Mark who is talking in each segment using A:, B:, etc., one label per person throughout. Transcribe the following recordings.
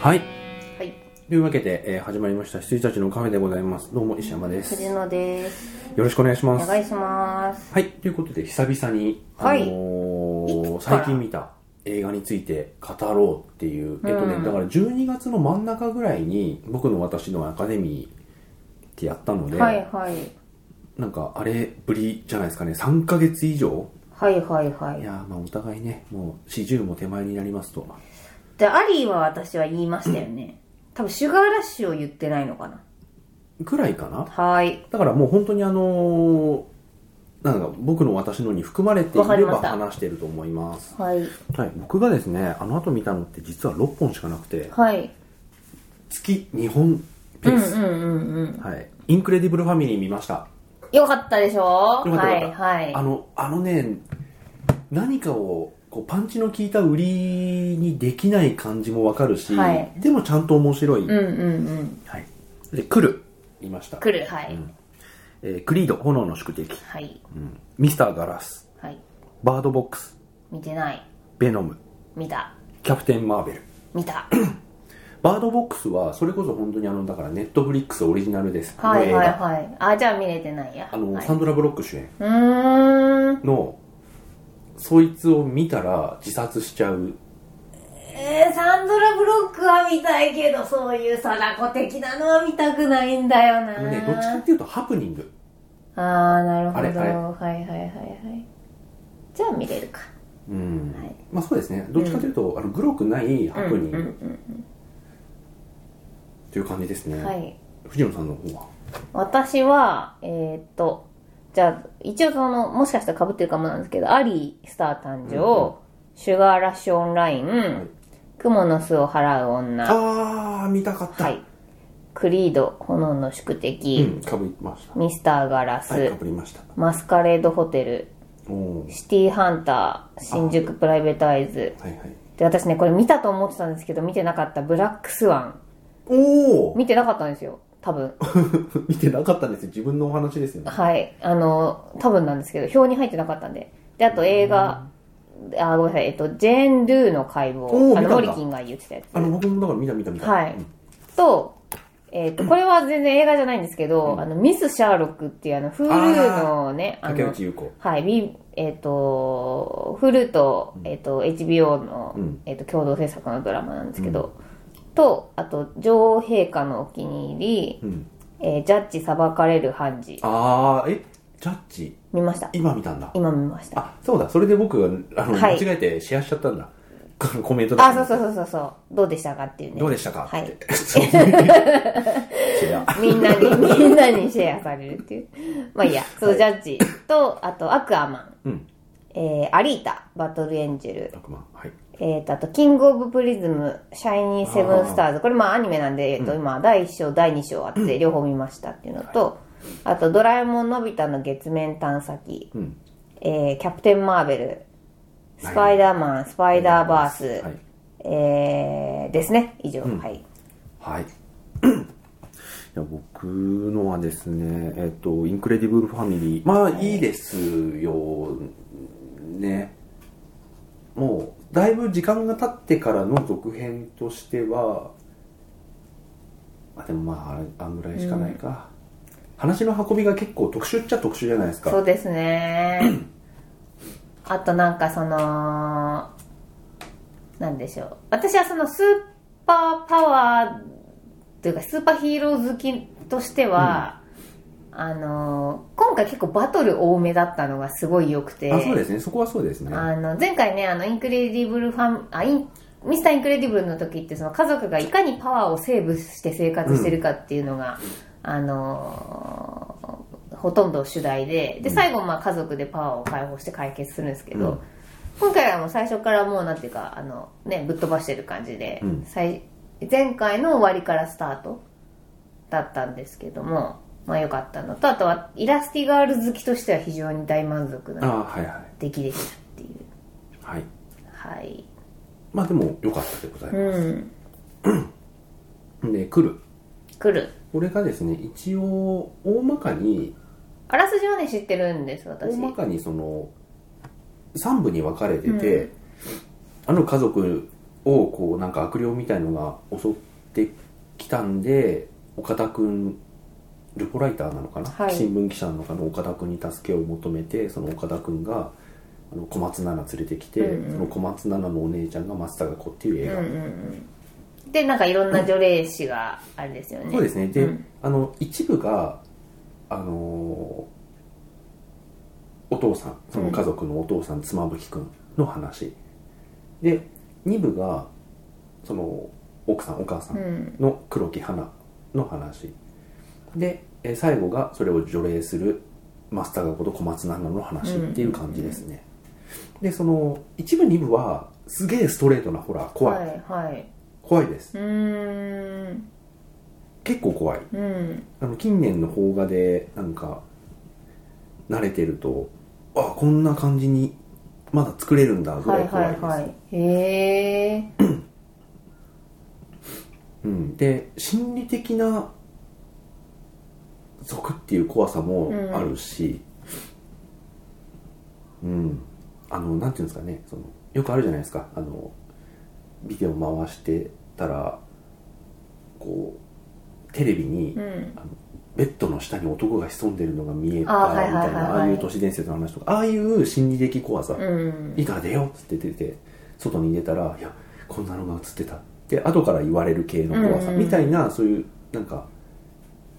A: はい。
B: はい
A: というわけで、えー始まりました、羊たちのカフェでございます。どうも、石山です。
B: 藤
A: よ
B: 野です
A: ろしくお願いし
B: お
A: ます。
B: 願いします
A: はい。ということで、久々に、
B: はい
A: あのー
B: いつから
A: 最近見た映画について語ろうっていう、えっとね、だから12月の真ん中ぐらいに、僕の私のアカデミーってやったので、
B: はいはい
A: なんか、あれぶりじゃないですかね、3ヶ月以上
B: はいはいはいい
A: やーまあ、お互いね、もう40も手前になりますと。
B: でアリーは私は言いましたよね多分シュガーラッシュを言ってないのかな
A: くらいかな
B: はい
A: だからもう本当にあのーなんか僕の私のに含まれてい
B: わか
A: れ
B: りま
A: ば
B: した
A: 話してると思います。
B: はい
A: はい、僕がですね、あの後見たのって実は6本しかなくて、
B: はい
A: 月2本ペース。はい。インクレディブルファミリー見ました。
B: よかったでしょ
A: よかった
B: は
A: よ
B: い
A: かった、
B: はい
A: あの、あのね、何かをこうパンチの効いた売りにできない感じもわかるし、
B: はい
A: でもちゃんと面白い。
B: うんうんうん
A: はい。で、来る。見ました。
B: 来るはい、
A: えークリード、炎の宿敵。
B: はい
A: うんミスターガラス。
B: はい
A: バードボックス。
B: 見てない
A: ベノム。
B: 見た
A: キャプテン・マーベル。
B: 見た
A: バードボックスは、それこそ本当にあの、だから、ネットフリックスオリジナルです。
B: はいはい
A: い。
B: はいあじゃあ見れてないや
A: あの、
B: はい
A: サンドラ・ブロック主演
B: うーん
A: の、そいつを見たら自殺しちゃう。
B: えー、サンドラブロックは見たいけどそういう貞子的なのは見たくないんだよな
A: あのね、どっちかっていうとハプニング。
B: ああなるほど
A: あれあれ
B: はいはいはいはいじゃあ見れるか
A: うん。
B: はい
A: まあそうですね。どっちかというと、あの、グロくないハプニング。
B: うんうん
A: という感じですね。
B: はい
A: 藤野さんの方は。
B: 私はえー、っとじゃあ一応そのもしかしたらかぶってるかもなんですけど「アリースター誕生」シュガーラッシュオンライ
A: い
B: ン」蜘蛛の巣を払う女」
A: あー、見たかった。
B: はい「クリード炎の宿
A: う
B: 敵
A: ん、かぶりました」。
B: ミスターガラス」
A: はい、かぶりました。
B: マスカレードホテル」
A: おー。
B: シティハンター、新宿プライベートアイズ。
A: はいはい。
B: で、私ね、これ見たと思ってたんですけど、見てなかった、ブラックスワン。
A: おー
B: 見てなかったんですよ。多分。
A: 見てなかったんですよ。自分のお話ですよね。
B: はい。あの、多分なんですけど、表に入ってなかったんで。で、あと映画、あ、ごめんなさい、えっと、ジェーン・ドゥの解
A: おー
B: 剖。あ
A: 見た
B: の、モ
A: んだ
B: リキンが言ってたや
A: あの、
B: つ。
A: 僕もだから見た見た見た。
B: はい。と、えっと、これは全然映画じゃないんですけど、あの、ミス・シャーロックっていうあの、フルーのね、あ
A: 竹
B: の
A: 内、優子。
B: はい、ビえっ、と、フルと、えっ、と、HBO の、
A: うん
B: えっ、と、共同制作のドラマなんですけど、と、あと、女王陛下のお気に入り、
A: うん。
B: えージャッジ裁かれる判事、
A: あー、え、ジャッジ、
B: 見ました。
A: 今見たんだ。
B: 今見ました。
A: あ、そうだ、それで僕、あの、
B: はい
A: 間違えてシェアしちゃったんだ。 コメントだ
B: あ、
A: け
B: そうそうそうそうそう、どうでしたかっていうね。
A: どうでしたか
B: はい
A: って。 そうシェア。
B: みんな に、みんなにシェアされるっていう。まあいいや、そう、ジャッジと、あと、アクアマン、
A: うん。
B: えーアリータ、バトルエンジェル、
A: 6万。はい。
B: えー、とあと「キングオブプリズム」「シャイニーセブンスターズ」これまあアニメなんで、えーと今第1章第2章あって両方見ましたっていうのと、あと「ドラえもんのび太の月面探査機
A: う」ん。
B: えーキャプテン・マーベル」「スパイダーマン」スパイダーバース」
A: はい。
B: えーですね以上、はい
A: はい。いや僕のはですね、えっと、インクレディブルファミリー。まあ、いいですよ、ね。もう、だいぶ時間が経ってからの続編としては、まあでもまああれ、あんぐらいしかないか。話の運びが結構特殊っちゃ特殊じゃないです
B: そ
A: か。
B: うですね あとなんかそのなんでしょう私はそのスーパーパワーというかスーパーヒーロー好きとしては、あのー今回結構バトル多めだったのがすごい良くて
A: あ、そうですね。そこはそうですね。
B: あの前回ねあのインクレディブルファンあインミスターインクレディブルの時ってその家族がいかにパワーをセーブして生活してるかっていうのが、あのーほとんど主題でで最後まあ家族でパワーを解放して解決するんですけど、
A: うん
B: 今回はもう最初からもうなんていうかあの、ね、ぶっ飛ばしてる感じで、
A: うん
B: 最前回の終わりからスタートだったんですけども、まあ、良かったのとあとはイラスティガール好きとしては非常に大満足
A: あ
B: な
A: はいはい。
B: 出来でしたっていう。
A: はい。
B: はい。
A: まあでも、良かったでございま
B: うん。
A: す。で、来る。
B: 来る。
A: これがですね、一応、大まかに、
B: あらすじはね、知ってるんです、私。
A: 大まかにその3部に分かれてて、あの家族をこうなんか悪霊みたいのが襲ってきたんで岡田君ルポライターなのかな、
B: はい
A: 新聞記者なのかな岡田君に助けを求めてその岡田君があの小松菜奈連れてきて、
B: うんうん
A: その小松菜奈のお姉ちゃんが松たか子っていう映
B: うん
A: 画、
B: うんうんでなんかいろんな除霊師があれですよね
A: そうですねで、
B: うん
A: あの一部があのーお父さんその家族のお父さん妻夫木君の話で二部がその奥さんお母さ
B: うんん
A: の黒木花の話で、えー最後がそれを除霊する増田がこと小松菜奈の話っていう感じですね、でその一部二部はすげえストレートなホラー怖い、
B: はいはい
A: 怖いです
B: うーん
A: 結構怖い
B: うん
A: あの近年の邦画でなんか慣れてるとあこんな感じにまだ作れるんだぐ
B: は
A: らい
B: い
A: 怖い
B: は
A: です、
B: いはいへえ
A: うん、で心理的な族っていう怖さもあるしうん、あのなんていうんですかねそのよくあるじゃないですかあのビデオ回してたらこうテレビに、
B: うん
A: ベッドの下に男が潜んでるのが見えた
B: あ
A: み
B: ー
A: た
B: はいいはいはいはい
A: なああいう都市伝説の話とかああいう心理的怖さ、
B: うん
A: いいから出ようっつって出て外に出たらいやこんなのが映ってたって後から言われる系の怖さ
B: うんうん
A: みたいなそういうなんか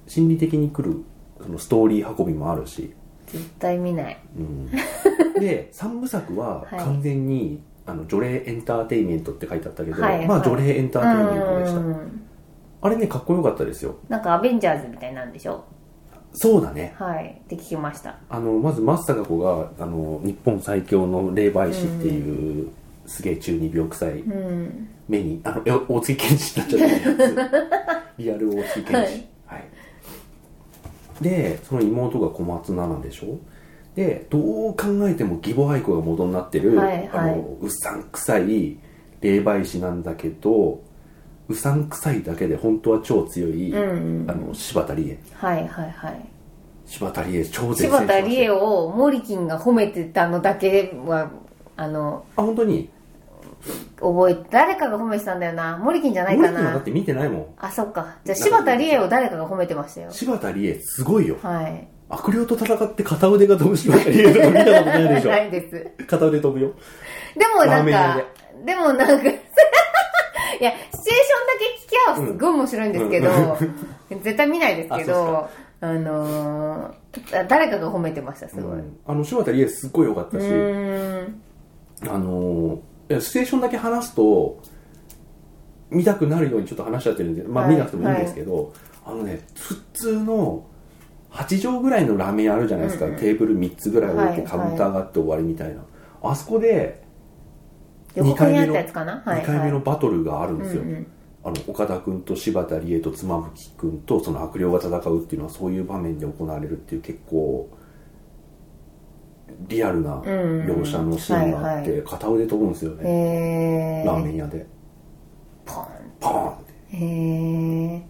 A: 心理的に来るそのストーリー運びもあるし、
B: 絶対見ない
A: うん で三部作は
B: はい
A: 完全に、あの除霊エンターテインメントって書いてあったけど、
B: はい
A: まあ
B: はい
A: 除霊エンターテインメントでした、
B: うん
A: あれねかっこよかったですよ
B: なんかアベンジャーズみたいなんでしょ
A: そうだね
B: はいって聞きました
A: あのまず松坂子があの日本最強の霊媒師っていう、すげえ中二病臭い
B: うん
A: 目にあのえ大月健二になっちゃったやつリアル大月健二
B: は
A: はいい、でその妹が小松菜奈でしょでどう考えても義母愛子が元になってる、
B: はいはい
A: あのうさんくさい霊媒師なんだけどうさんくさいだけで本当は超強い、
B: うんうん
A: あの柴田理恵
B: はいはいはい
A: 柴田理恵超絶
B: 柴田理恵をモリキンが褒めてたのだけはあの
A: あ本当に
B: 覚え誰かが褒めてたんだよなモリキンじゃない
A: 俺
B: か
A: らだっ
B: な
A: て見てないもん
B: あそっかじゃあ柴田理恵を誰かが褒めてましたよ
A: 柴田理恵すごいよ
B: はい
A: 悪霊と戦って片腕が飛ぶ柴田理恵とか見たことない でしょ
B: ないです
A: 片腕飛ぶよ
B: でもなん
A: ラーメン
B: か、でもなんか、い や、シチュエーションだけ聞きゃすごい面白いんですけど、絶対見ないですけど、あのー、誰かが褒めてました、すごい。う
A: あの柴田理恵すっごい良かったし、
B: ーん。
A: あのーいやステーションだけ話すと見たくなるようにちょっと話しちゃってるんで、まあ、
B: はい
A: 見なくてもいいんですけど、あのね普通の8畳ぐらいのラーメン屋あるじゃないですか、
B: うんうん
A: テーブル3つぐらい置いて
B: はい
A: カウンターがあって終わりみたいな、あそこで
B: 予
A: 二
B: 告
A: 回
B: にあ
A: 目
B: っ
A: の
B: たやつかなはい。
A: 2回目の
B: はい
A: バトルがあるん
B: う
A: ですよ、
B: ん
A: あの岡田君と柴田理恵と妻夫木君とその悪霊が戦うっていうのはそういう場面で行われるっていう結構リアルな描写のシーンがあっ
B: うん
A: て片腕飛ぶんですよ
B: うん。
A: ね、
B: へ
A: ラーメ
B: ー。
A: ン屋で
B: ポ
A: パーンって
B: ン。へ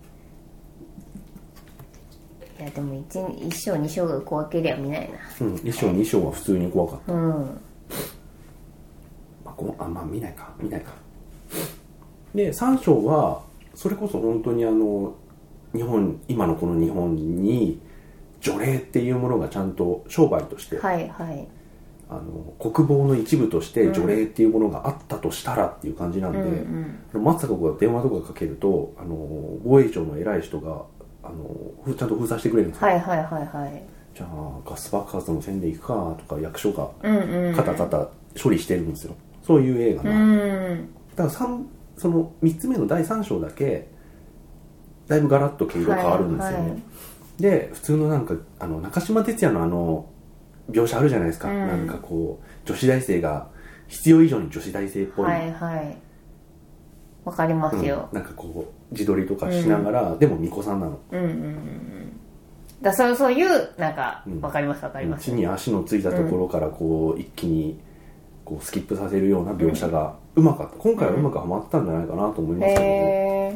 B: ー。いや、でも一日一章二章が怖けりゃ見ないな。
A: うん、1章2章は普通に怖かった、
B: うん。
A: まあ、こあまあ見ないか見ないかで3章はそれこそ本当にあの日本今のこの日本に除霊っていうものがちゃんと商売として
B: はいはい。
A: あの国防の一部として除霊っていうものがあったとしたらっていう感じなんで、
B: うんうん。
A: あの松坂子が電話とかかけるとあの防衛庁の偉い人があのふちゃんと封鎖してくれるんですよ、
B: はいはいはいはい。
A: じゃあガス爆発の線で行くかとか役所が
B: うんうん。
A: カタカタ処理してるんですよ、そういう映画
B: う
A: な、
B: ん。
A: だから三その3つ目の第3章だけだいぶガラッと毛色変わるんですよね、
B: はいはい
A: で普通のなんかあの中島哲也のあの描写あるじゃないですか、
B: うん
A: なんかこう女子大生が必要以上に女子大生っぽい、
B: はいはいわかりま
A: うん
B: すよ、
A: なんかこう自撮りとかしながら、でも巫女さんなの
B: うん、うんうんうんだそうそういうなんか
A: うん
B: わかりますわかります、
A: 地に足のついたところからこう一気にこうスキップさせるような描写がうまかった今回はうまくはまったんじゃないかなと思いますけどね、
B: へえ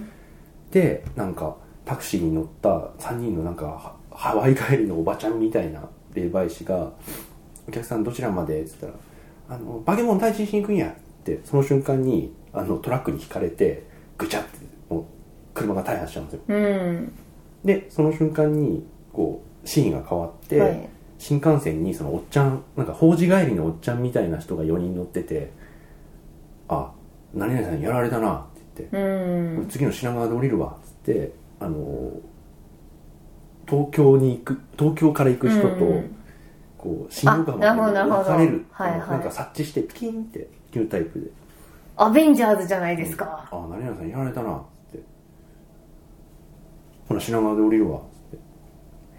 A: でなんかタクシーに乗った3人のなんかハハワイ帰りのおばちゃんみたいな霊媒師が「お客さんどちらまで?」っつったら「あのバケモン退治しに行くんや」ってその瞬間にあのトラックにひかれてぐちゃってもう車が大破しちゃうんですよ
B: うん
A: でその瞬間にこうシーンが変わって、
B: はい
A: 新幹線にそのおっちゃんなんか法事帰りのおっちゃんみたいな人が4人乗ってて「あ何々さんやられたな」って言って
B: うん
A: 次の品川で降りるわっつってあの東京に行く東京から行く人と、
B: うんうん
A: こう新横
B: あ
A: 浜で
B: なるほど
A: 分かれるっていう
B: はいはい
A: なんか察知してピキンってニュータイプで
B: アベンジャーズじゃな
A: 「
B: いですか、
A: あ何々さんやられたな」っつって「ほな品川で降りるわ」っつっ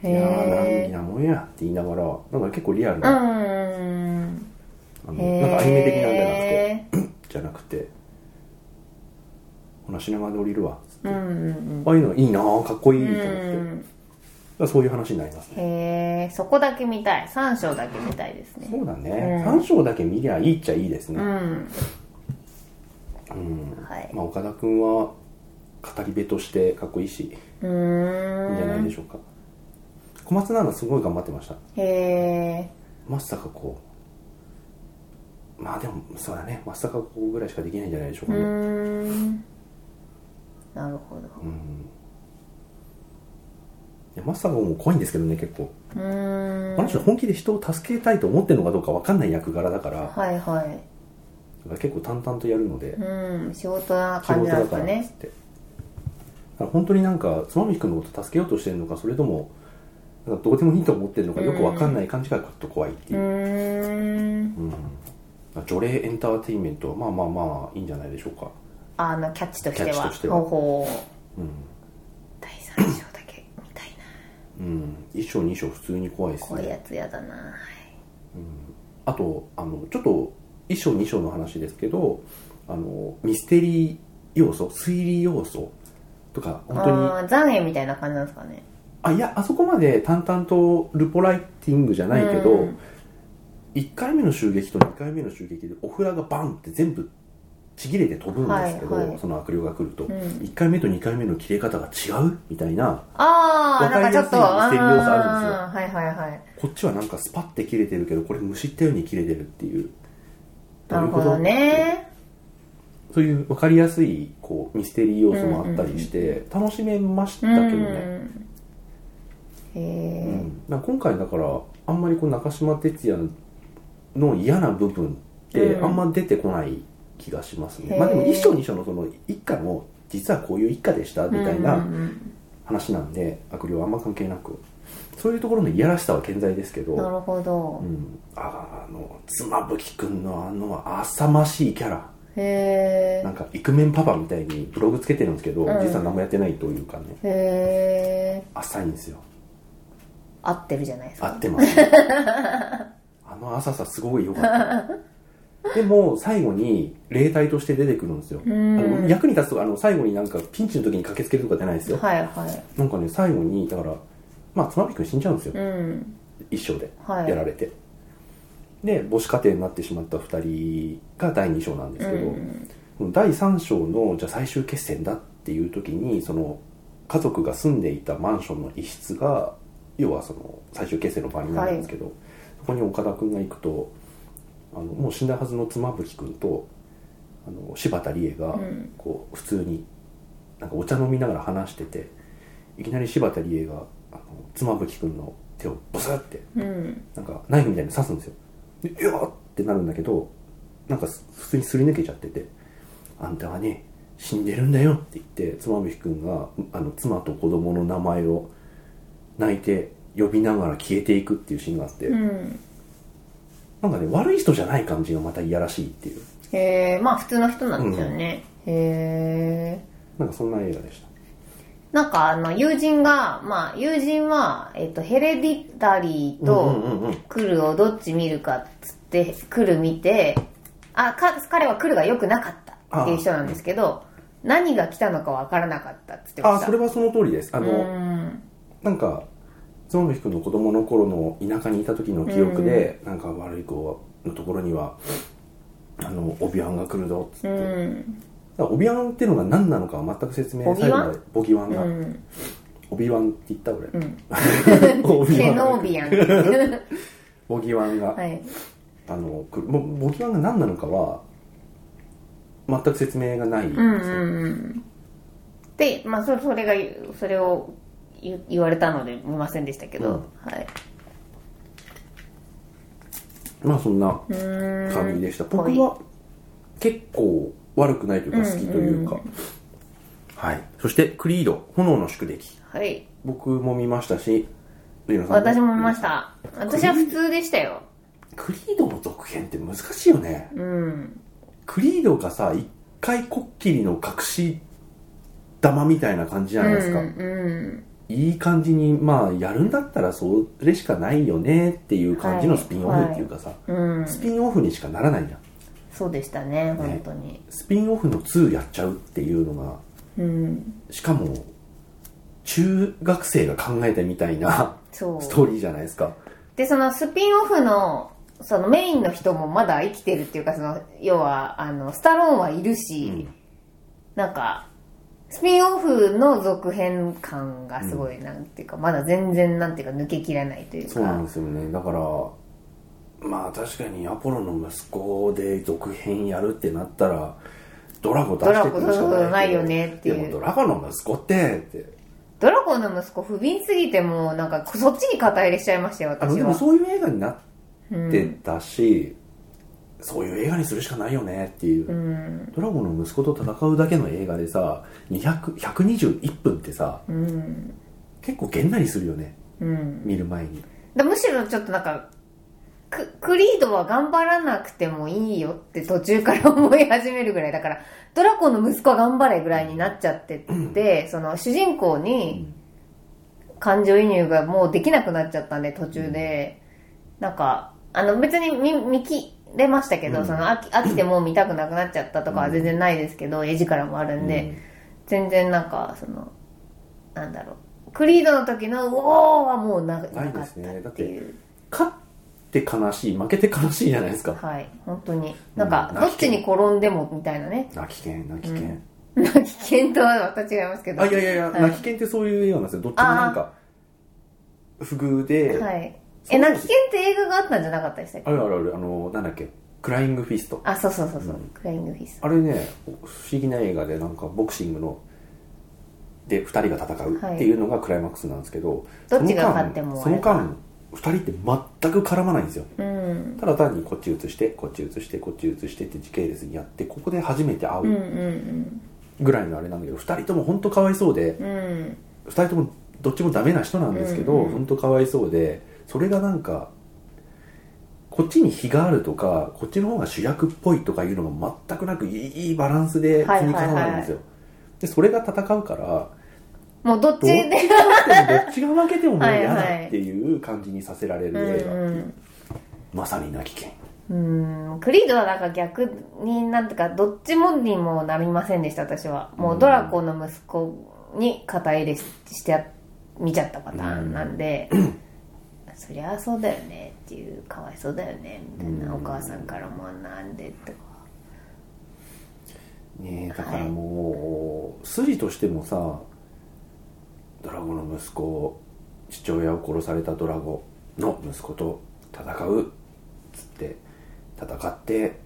A: て「いやー
B: へ
A: 何
B: え
A: やもんや」って言いながらなんか結構リアル
B: う
A: な,、
B: ん
A: あ
B: へ
A: の
B: え
A: なんかアニメ的なんじゃなくてじゃなくて「ほな品川で降りるわ」っつって、
B: うんうん
A: ああいうのいいなーかっこいい
B: うん
A: と思って。
B: うん
A: まあそういう話になりますね。
B: へえそこだけ見たい3章だけ見たいですね
A: そうだね。
B: うん
A: 三章だけ見りゃいいっちゃいいです
B: う
A: ね。
B: ん
A: うん。
B: はい
A: まあ岡田君は語り部としてかっこいいし、いいん
B: う
A: じゃない
B: ー
A: で
B: ん
A: しょうか。小松菜奈すごい頑張ってました。
B: へえ
A: まさかこう、まあでもそうだね。まさかこうぐらいしかできないんじゃないでしょう
B: う
A: かね。
B: ーんなるほど
A: うん。いやまさかも怖いんですけどね結構
B: うーん
A: あの人本気で人を助けたいと思ってるのかどうか分かんない役柄だからだか
B: はいはい
A: ら結構淡々とやるので
B: うん仕事な
A: 仕
B: 感
A: 事
B: じな
A: だ
B: んです
A: か
B: から
A: っつっ
B: ね
A: てだから本当になんかつまみくんのこと助けようとしてるのかそれともなんかどうでもいいと思ってるのかよくわかんない感じがちょっと怖いって
B: う
A: いう、
B: ーん
A: うん除霊エンターテインメントはまあまあまあいいんじゃないでしょうか、
B: あのキャッチとし
A: キ
B: て
A: ャッチ
B: は
A: としては
B: ほうほう
A: う
B: 第3章だけ見たいなん
A: うん、1章2章普通に怖いです
B: こういうや
A: ね
B: つやだなはい
A: あとあのちょっと1章2章の話ですけどあのミステリー要素推理要素とか本当に
B: ああー残影みたいな感じなんですかね
A: あいやあそこまで淡々とルポライティングじゃないけど、
B: うん
A: 1回目の襲撃と2回目の襲撃でお札がバンって全部ちぎれて飛ぶんですけど、
B: はいはい
A: その悪霊が来ると、
B: ん
A: 1回目と2回目の切れ方が違うみたいな
B: ああ
A: わ
B: な
A: か
B: んか
A: り
B: ちょ
A: や
B: っ
A: すい
B: と
A: ミステリー要素あ
B: あーはいはいはい
A: こっちはなんかスパッて切れてるけどこれむしったように切れてるっていう
B: なるほどね
A: そういう分かりやすいこうミステリー要素もあったりして、楽しめましたけどね、
B: うん
A: う
B: へえ
A: ん、だから今回だからあんまりこう中島哲也の嫌な部分って
B: うん
A: あんま出てこない気がしますね、
B: へー
A: まあでも一章二章のその一家も実はこういう一家でしたみたい
B: うん
A: な
B: うんうん
A: 話なんで、悪霊はあんま関係なくそういうところのいやらしさは健在ですけど
B: なるほど
A: うん、あの妻夫木君のあの浅ましいキャラ
B: へえ
A: なんかイクメンパパみたいにブログつけてるんですけど、
B: ん
A: 実は何もやってないというかね
B: へえ
A: 浅いんですよ
B: 合ってるじゃないです
A: 合
B: か
A: ってます、 あの浅さすごい良かったでも最後に霊体として出てくるんですよ、
B: ん
A: あの役に立つとかあの最後になんかピンチの時に駆けつけるとかじゃないですよ、
B: はいはい
A: なんかね最後にだからまあつまみくん死んじゃうんですよ、
B: うん
A: 一生で
B: はい
A: やられて、で母子家庭になってしまった2人が第2章なんですけど、この第3章のじゃあ最終決戦だっていう時にその家族が住んでいたマンションの一室が要はその最終決戦の場になるんですけど、そこに岡田君が行くとあのもう死んだはずの妻夫木君とあの柴田理恵が
B: ん
A: こう普通になんかお茶飲みながら話してていきなり柴田理恵があの妻夫木君の手をブスって
B: うん
A: なんかナイフみたいに刺すんですよで「いやー!」ってなるんだけどなんかす普通にすり抜けちゃってて「あんたはね死んでるんだよ」って言って妻夫木君があの妻と子供の名前を泣いて呼びながら消えていくっていうシーンがあって、
B: うん
A: なんかね悪い人じゃない感じがまたいやらしいっていう
B: へえまあ普通の人なんですよねへえ
A: なんかそんな映画でした
B: なんかあの友人が、まあ友人は、えっと、ヘレディタリー
A: うんうんうんうん
B: とクルをどっち見るかっつって、クル見て、あ、か、彼はクルが良くなかったっていう人なんですけど、何が来たのかわからなかったって言ってま
A: あ
B: した。
A: それはその通りですあの、
B: うん。
A: なんか妻夫木君の子供の頃の田舎にいた時の記憶で、なんか悪い子のところにはあのオビワンが来るぞっつって、
B: うん。
A: だからオビワンっていうのが何なのかは全く説明
B: オビワ
A: 最
B: ン
A: 後までボギワン
B: う
A: が、
B: ん。
A: オビワンって言った俺、
B: ん
A: オビ
B: ケ
A: ワン
B: ノービアンっ ていう。
A: ボギワンが、
B: はい。
A: あのくるもボギワンが何なのかは全く説明がないです
B: う
A: ね、
B: んうんうんでまあそそれがそれを言言われたので見ませんでしたけど、はい
A: まあそんな
B: うーん
A: 感じでした
B: ぽ
A: 僕
B: い
A: は結構悪くないというか好きというか、はいそしてクリード炎の宿敵
B: はい
A: 僕も見ましたし藤野さん
B: 私も見ました私は普通でしたよ
A: クリードの続編って難しいよね
B: うん
A: クリードがさ一回こっきりの隠し玉みたいな感じじゃないですか、
B: うんうん
A: いい感じにまあやるんだったらそれしかないよねっていう感じのスピンオフっていうかさ、
B: うん
A: スピンオフにしかならないじゃん
B: そうでしたね本当に、
A: スピンオフの2やっちゃうっていうのが
B: うん
A: しかも中学生が考えたみたいな
B: そ
A: ス
B: う
A: トーリーじゃないですか
B: でそのスピンオフのそのメインの人もまだ生きてるっていうかその要はあのスタローンはいるし、
A: うん
B: なんかスピンオフの続編感がすごい、なんていうかまだ全然なんていうか抜けきらないというか
A: そうなんですよねだからまあ確かにアポロの息子で続編やるってなったらドラゴ出してくるしか
B: ドラゴな
A: ない
B: いよねっていう
A: でもドラゴの息子ってって
B: ドラゴンの息子不憫すぎてもうなんかそっちに肩入れしちゃいましたよ
A: あの
B: 私
A: でも
B: は
A: そういう映画になっ
B: うん
A: てたし、そういう映画にするしかないよねっていう、
B: うん
A: ドラゴンの息子と戦うだけの映画でさ200 121分ってさ
B: うん
A: 結構げんなりするよね
B: うん
A: 見る前に
B: だむしろちょっとなんかククリードは頑張らなくてもいいよって途中から思い始めるぐらいだからドラゴンの息子は頑張れぐらいになっちゃってって、その主人公に感情移入がもうできなくなっちゃったんで途中で、なんかあの別に見見切れましたけど、
A: うん
B: その飽き飽きてもう見たくなくなっちゃったとかは全然ないですけど、絵力もあるんで、全然なんかそのなんだろうクリードの時の「うおー!」はもうな
A: な
B: ないか
A: で
B: っ
A: す
B: た
A: ね
B: っていう
A: 勝って悲しい負けて悲しいじゃないですか
B: はい本当になんか
A: うん
B: どっちに転んでもみたいなね
A: 泣き犬泣き犬、
B: 泣き犬とはまた違いますけど
A: あいやいやいや、
B: はい
A: 泣き犬ってそういう映画なんですよどっちもなんか不遇で、
B: はい
A: そ
B: え
A: うなんです
B: 泣き犬って映画があったんじゃなかったでしたっけ
A: あるあるあるあのなんだっけクライングフィスト
B: あそうそうそうそう、
A: うん
B: クライングフィス
A: あれね不思議な映画でなんかボクシングので2人が戦うっていうのがクライマックスなんですけど、
B: どっちが勝っても
A: その間その間2人って全く絡まないんですよ
B: うん
A: ただ単にこっち移してこっち移してこっち移してって時系列にやってここで初めて会
B: うんう
A: うんぐらいのあれなんだけど、2人とも本当かわいそうで
B: うんうん
A: 2人ともどっちもダメな人なんですけど、
B: うんうん
A: 本当かわいそうでそれがなんかこっちに非があるとかこっちの方が主役っぽいとかいうのが全くなくいいいいバランスで
B: はい
A: 積
B: はい
A: み重
B: はい
A: なるんですよ、でそれが戦うから
B: もうどっ
A: どっ
B: ち
A: ち
B: で
A: が勝ってもどっちが負けてももう嫌
B: はいは
A: だ
B: い
A: っていう感じにさせられ
B: う
A: る映画っていう、
B: ん
A: まさに泣き剣
B: うんうんクリードはなんか逆になんていうかどっちもにもなりませんでした私はもうドラコの息子に肩入れしして見ちゃったパターンなん で、そりゃそうだよねっていうかわいそうだよねみたいな、
A: うん
B: お母さんからもなんでとか
A: ねえだからもう筋としてもさドラゴの息子父親を殺されたドラゴの息子と戦うっつって戦って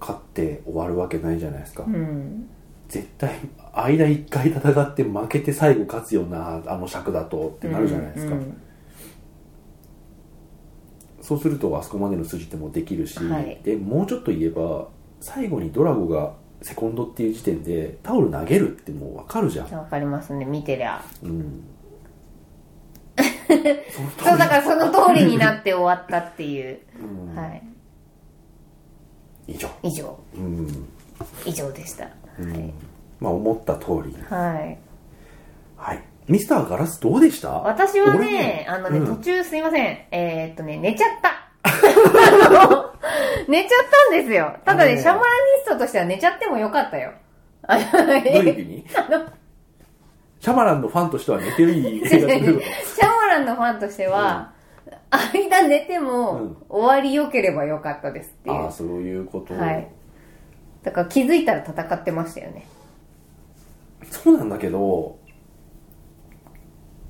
A: 勝って終わるわけないじゃないですか、
B: うん
A: 絶対間一回戦って負けて最後勝つよなあの尺だとってなるじゃないですか、
B: うん
A: そうするとあそこまでの筋ってもうできるし、
B: はい
A: でもうちょっと言えば最後にドラゴがセコンドっていう時点でタオル投げるってもう分かるじゃん
B: うんわかりますね見てりゃ
A: うん、
B: そうだからその通りになって終わったっていう、はい
A: 以上、
B: 以上
A: うん
B: 以上でした、はい
A: まあ思った通り
B: はい
A: はいミスターガラスどうでした
B: 私は
A: 俺
B: ねあのね、
A: うん
B: 途中すいませんえー、っとね寝ちゃった あの寝ちゃったんですよただ
A: あの
B: ね
A: ね
B: シャマラニストとしては寝ちゃってもよかったよあの
A: どう
B: ね
A: いう意味シャマランのファンとしては寝てるいい 映画だけど
B: シャマランのファンとしては、間寝ても、
A: うん
B: 終わり良ければよかったですってい
A: ああ
B: う
A: そういうこと、
B: はいだから気づいたら戦ってましたよね
A: そうなんだけど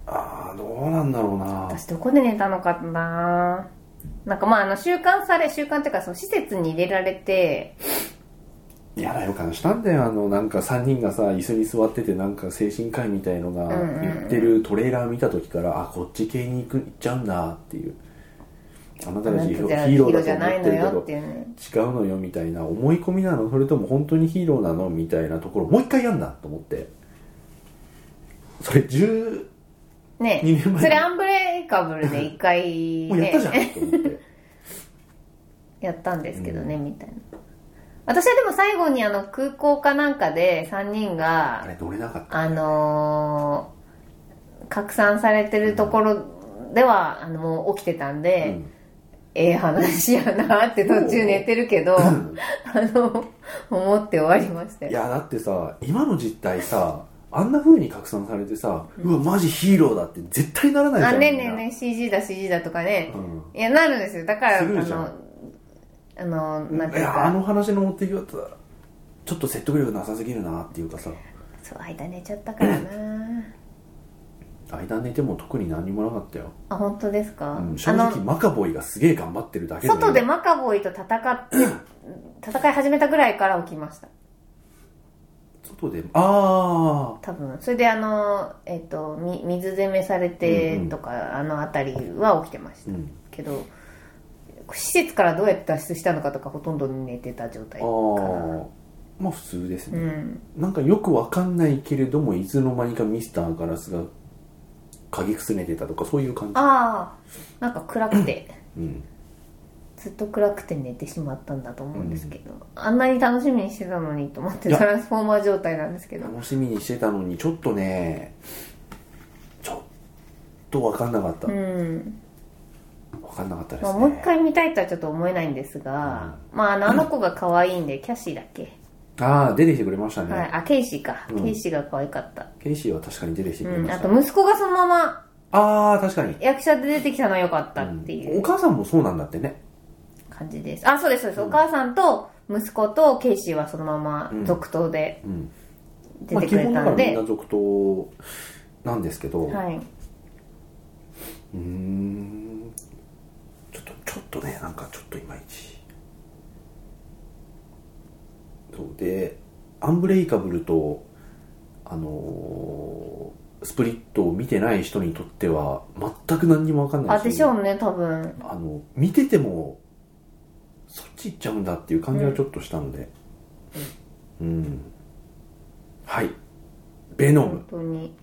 A: ああどうなんだろうな
B: 私どこで寝たのかななんかまああの収監され収監っていうかその施設に入れられて
A: 嫌な予感したんだよあのなんか3人がさ椅子に座っててなんか精神科医みたいのが
B: うんうんうん
A: 言ってるトレーラー見た時から、あこっち系に行く行っちゃうんだっていうあなたたちヒ
B: あなた
A: ーローだ
B: じ
A: と
B: ゃ
A: 思
B: ない
A: っ
B: の
A: てるけ
B: よっ
A: ど
B: ていうね
A: 違うのよみたいな思い込みなのそれとも本当にヒーローなのみたいなところもう一回やんなと思ってそれ10
B: ね
A: 二年前
B: それアンブレイカブルで一 回
A: もうやっ
B: ね
A: たじゃんと思って
B: やったんですけどね、みたいな私はでも最後にあの空港かなんかで3人が
A: あれ乗れなかった
B: あのー拡散されてるところでは、あのもう起きてたんで、
A: うん
B: ええ話やなって途中寝てるけど、 あの、思って終わりました
A: い
B: よ。
A: やだってさ今の実態さあんな風に拡散されてさ、うわマジヒーローだって絶対ならないじゃ
B: あ、
A: ん
B: ねえ
A: みん
B: ねえ
A: な
B: ねえ、CG だ CG だとかね。
A: うん
B: いや、なるんですよ。だから、あ
A: するじゃん
B: の、あの、なんて
A: い
B: いう
A: やあ
B: か、
A: の話の持っていき方ちょっと説得力なさすぎるなっていうかさ
B: そう、間寝ちゃったからな
A: 間寝ても特に何もなかったよ、
B: あ、本当ですか、
A: うん正
B: あ
A: 直
B: の、
A: マカボイがすげえ頑張ってるだけ
B: 外でマカボイと戦って、戦い始めたぐらいから起きました。
A: 外であ
B: 多分。それであの、えっ、と、み水攻めされてとか、あのあたりは起きてまし
A: あう
B: た。
A: ん
B: けど施設からどうやって脱出したのかとかほとんど寝てた状態
A: あ
B: かな
A: あまあ普通です
B: う
A: ね、
B: ん
A: なんかよくわかんないけれどもいつの間にかミスターガラスが鍵くすねてたとかそういう感じ
B: ああなんか暗く て
A: うん
B: ずっと暗くて寝てしまったんだと思うんですけど、あんなに楽しみにしてたのにと思って
A: いや
B: トランスフォーマー状態なんですけど
A: 楽しみにしてたのにちょっとねちょっと分かんなかった、
B: う
A: わ
B: ん、
A: 分かんなかったです
B: ま
A: ね、
B: あ、もう一回見たいとはちょっと思えないんですが、まああのあの子が可愛いんでキャシーだっけ、
A: ああ出てきてくれましたね、
B: はい、あケイシーか、
A: うん
B: ケイシーが可愛かった、
A: ケイシーは確かに出てきてくれ
B: うん、
A: ま
B: あ
A: し
B: と
A: た、
B: 息子がそのまま
A: ああ確かに、
B: 役者で出てきたのは良かったっていう、
A: うんお母さんもそうなんだってね
B: 感じです。あ、そうです、そうです。お母さんと息子とケイシーはそのまま続投で
A: うん
B: 出てくれ
A: まあ、基本だ
B: た
A: から
B: ん
A: みん
B: で、
A: な続投なんですけど、
B: はい。
A: うーんちょっとちょっとねなんかちょっといまいちそうでアンブレイカブルとあのースプリットを見てない人にとっては全く何にも分かんない
B: あ、でしょうね、多分。
A: あの見ててもそっち行っちゃうんだっていう感じはちょっとしたのでうん、はいベノム
B: 本当に。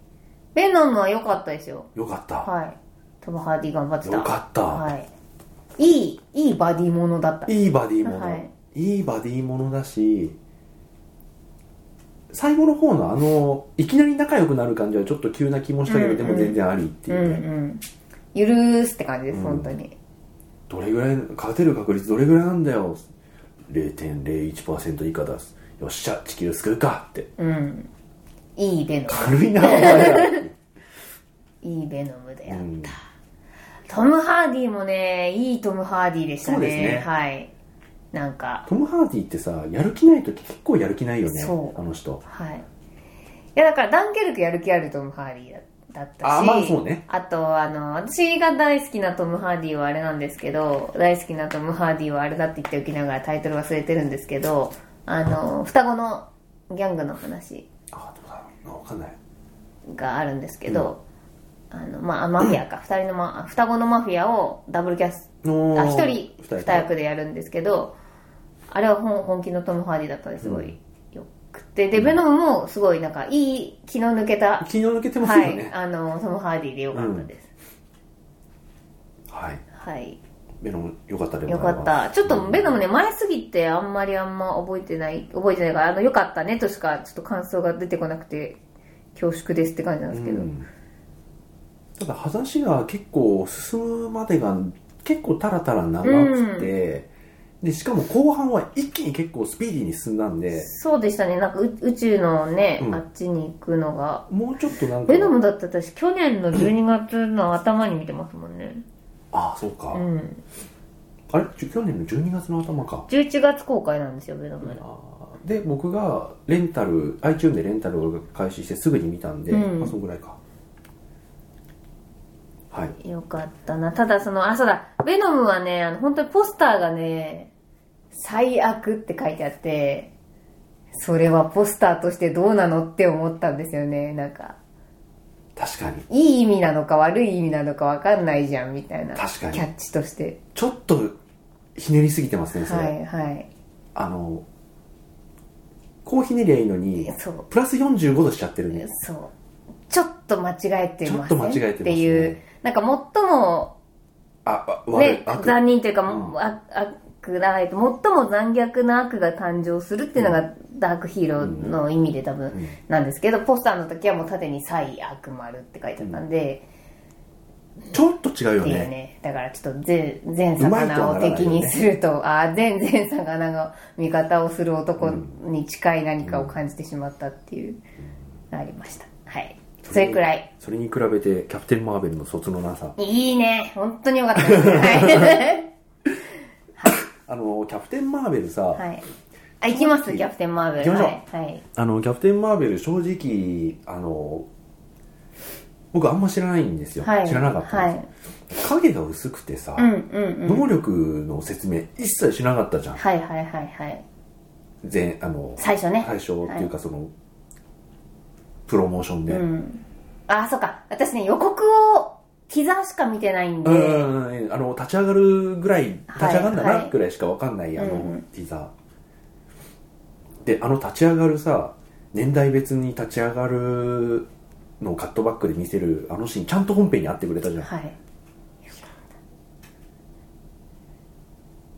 B: ベノムは良かったですよ。
A: よかった、
B: はい。トム・ハーディ頑張ってた。
A: よかった、
B: はい。いい、いいバディものだった。
A: いいバディもの、
B: はい
A: い、いバディものだし最後の方のあのいきなり仲良くなる感じはちょっと急な気もしたけど、
B: うん
A: でも全然ありって
B: う
A: い
B: ん
A: うね、
B: うん。ゆるーすって感じです、
A: うん
B: 本当に。
A: どれぐらい勝てる確率どれぐらいなんだよ0.01%以下だすよっしゃ地球救うかって
B: うん。いいベノ
A: 軽いなお 前らって
B: ム。いいベノムだよ。
A: うん
B: トム・ハーディもね、いいトム・ハーディでしたね。
A: そうですね
B: はい。なんか、
A: トム・ハーディってさやる気ない時結構やる気ないよね
B: そう
A: あの人
B: はい。いや、だから、ダンケルクやる気あるトム・ハーディだだったし。
A: あまあそうね
B: あと、あの、私が大好きなトム・ハーディはあれなんですけど、大好きなトム・ハーディはあれだって言っておきながらタイトル忘れてるんですけど、あの、双子のギャングの話
A: あどうだろうな分かんない
B: があるんですけど、あの、まあ、マフィア か。二人のま、双子のマフィアをダブルキャス
A: お
B: あ
A: ー
B: 一人
A: 二
B: 二役でやるんですけどあれは本本気のトム・ハーディだったんですごいよくて、でベノムもすごいなんかいい気の抜けた、
A: 気の抜けてますよ
B: はい
A: ね
B: あのトム・ハーディでよかったです、
A: はい
B: はい
A: ベノムよかったで
B: よ
A: も
B: か
A: らえ
B: っ
A: ます
B: たちょっとベノムね前すぎてあんまりあんま覚えてない覚えてないからあのよかったねとしかちょっと感想が出てこなくて恐縮ですって感じなんですけど、
A: うんただ話が結構進むまでが結構タラタラ長くて、でしかも後半は一気に結構スピーディーに進んだんで
B: そうでしたねなんかう宇宙のね、
A: うん
B: あっちに行くのが
A: もうちょっとなんか
B: ベノムだって私去年の12月の頭に見てますもんね
A: ああそうか、
B: うん、
A: あれちょ去年の12月の頭か
B: 11月公開なんですよベノムの
A: あーで僕がレンタル iTunes でレンタルを開始してすぐに見たんで、
B: うん
A: まあそのぐらいかはい
B: よかったなただそのあそうだベノムはねあの本当にポスターがね「最悪」って書いてあってそれはポスターとしてどうなのって思ったんですよねなんか
A: 確かに
B: いい意味なのか悪い意味なのか分かんないじゃんみたいな
A: 確かに
B: キャッチとして
A: ちょっとひねりすぎてますねそ
B: は
A: れ、
B: いはい
A: あのこうひねりゃいいのに
B: そう
A: プラス45度しちゃってるね
B: そうちょっと間違えてま
A: ち
B: せ
A: ょ
B: ん
A: っと間違えてますね
B: っていうなんか最も
A: ああ悪い、
B: ね
A: 悪
B: 残忍というか、
A: うん
B: あ悪な最も残虐な悪が誕生するっていうのがダークヒーローの意味で多
A: うん
B: 分なんですけど、ポスターの時はもう縦に「最悪丸」って書いてあったんで、
A: ちょっと違うよ
B: っていう
A: ね
B: ねだからちょっと全全
A: うまいと
B: 魚
A: は
B: を
A: ならないよね
B: 敵にするとああ全全魚が味方をする男に近い何かを感じてしまったっていう、ありましたはいそれくらい
A: それに比べてキャプテン・マーベルの卒のなさ
B: いいね本当によかった ですはい、
A: あのキャプテン・マーベルさ、
B: はい、あ行きますキャプテンマーベル
A: 行きましょ
B: はいはい
A: あのキャプテン・マーベル正直あの僕あんま知らないんですよ、
B: はい、
A: 知らなかったん
B: はい
A: です、影が薄くてさ、
B: うんうんうん
A: 能力の説明一切しなかったじゃん
B: はいはいはいはい
A: 全あの
B: 最初ね
A: 最初っていうかその、プロモーションで、
B: うんあそうか私ね予告をティザーしか見てないんで、
A: うんうんうんうんあの立ち上がるぐらい立ち上がんだ
B: はいは
A: ないぐらいしかわかんない、あ
B: うんう
A: のティザー、であの立ち上がるさ年代別に立ち上がるのをカットバックで見せるあのシーンちゃんと本編に合ってくれたじゃん
B: はいよかっ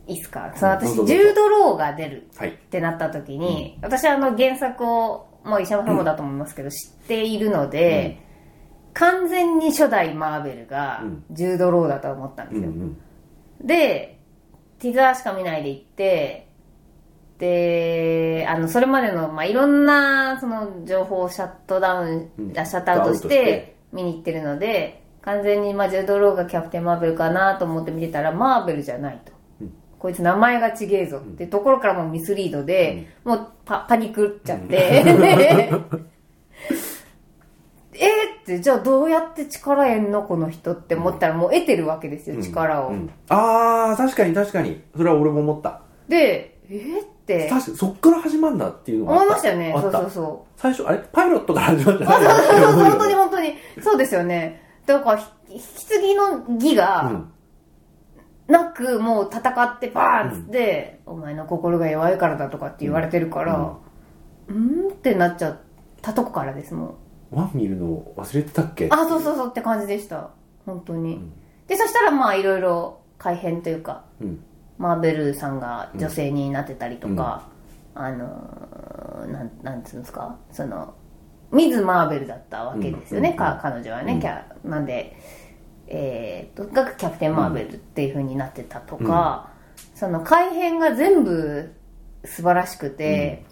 B: たいいっすかその
A: どうぞど
B: 私
A: うぞ
B: ジュード・ローが出る
A: はい
B: ってなった時に、私はあの原作を、まあ、石山さんもだと思いますけど、知っているので、完全に初代マーベルが
A: うん
B: ジュード・ローだと思ったんです
A: うん
B: よ、
A: うん
B: で、ティザーしか見ないで行って、で、あの、それまでの、まあ、いろんな、その、情報をシャットダウン、
A: うん
B: あシャットアウトし
A: シャットアウトして
B: て、見に行ってるので、完全に、まあ、ジェルドローがキャプテンマーベルかなと思って見てたら、マーベルじゃないと。
A: うん
B: こいつ名前がちげえぞってところからもうミスリードで、もうパパニクっちゃって、 えーって、じゃあどうやって力得んのこの人って思ったらもう得てるわけですよ、力を。
A: うんああ確かに確かにそれは俺も思った
B: で、えーって
A: 確かにそっから始まるんだっていうのがあっ
B: 思いましたよね。
A: あ
B: そ
A: っ
B: う
A: た
B: そうそう。
A: 最初あれパイロットから始まった
B: あ、そうそうそう、 本当に
A: に
B: 本当に。そうですよね。だから、ひ引き継ぎの儀
A: う
B: が
A: ん
B: なく、もう戦ってバーンっつって、お前の心が弱いからだとかって言われてるから、うん、ーんってなっちゃったとこからです、もう。
A: ワン見るの忘れてたっけ
B: あ、そうそうそうって感じでした。本当に。
A: ん
B: で、そしたらまあ、いろいろ改変というか、
A: うん
B: マーベルさんが女性になってたりとか、あのーなんなんつうんですかそのミズ・マーベルだったわけですよね、
A: うん
B: か彼女はね、
A: うん
B: キャなんでえー、とがキャプテン・マーベルっていう風になってたとか、その改編が全部素晴らしくて、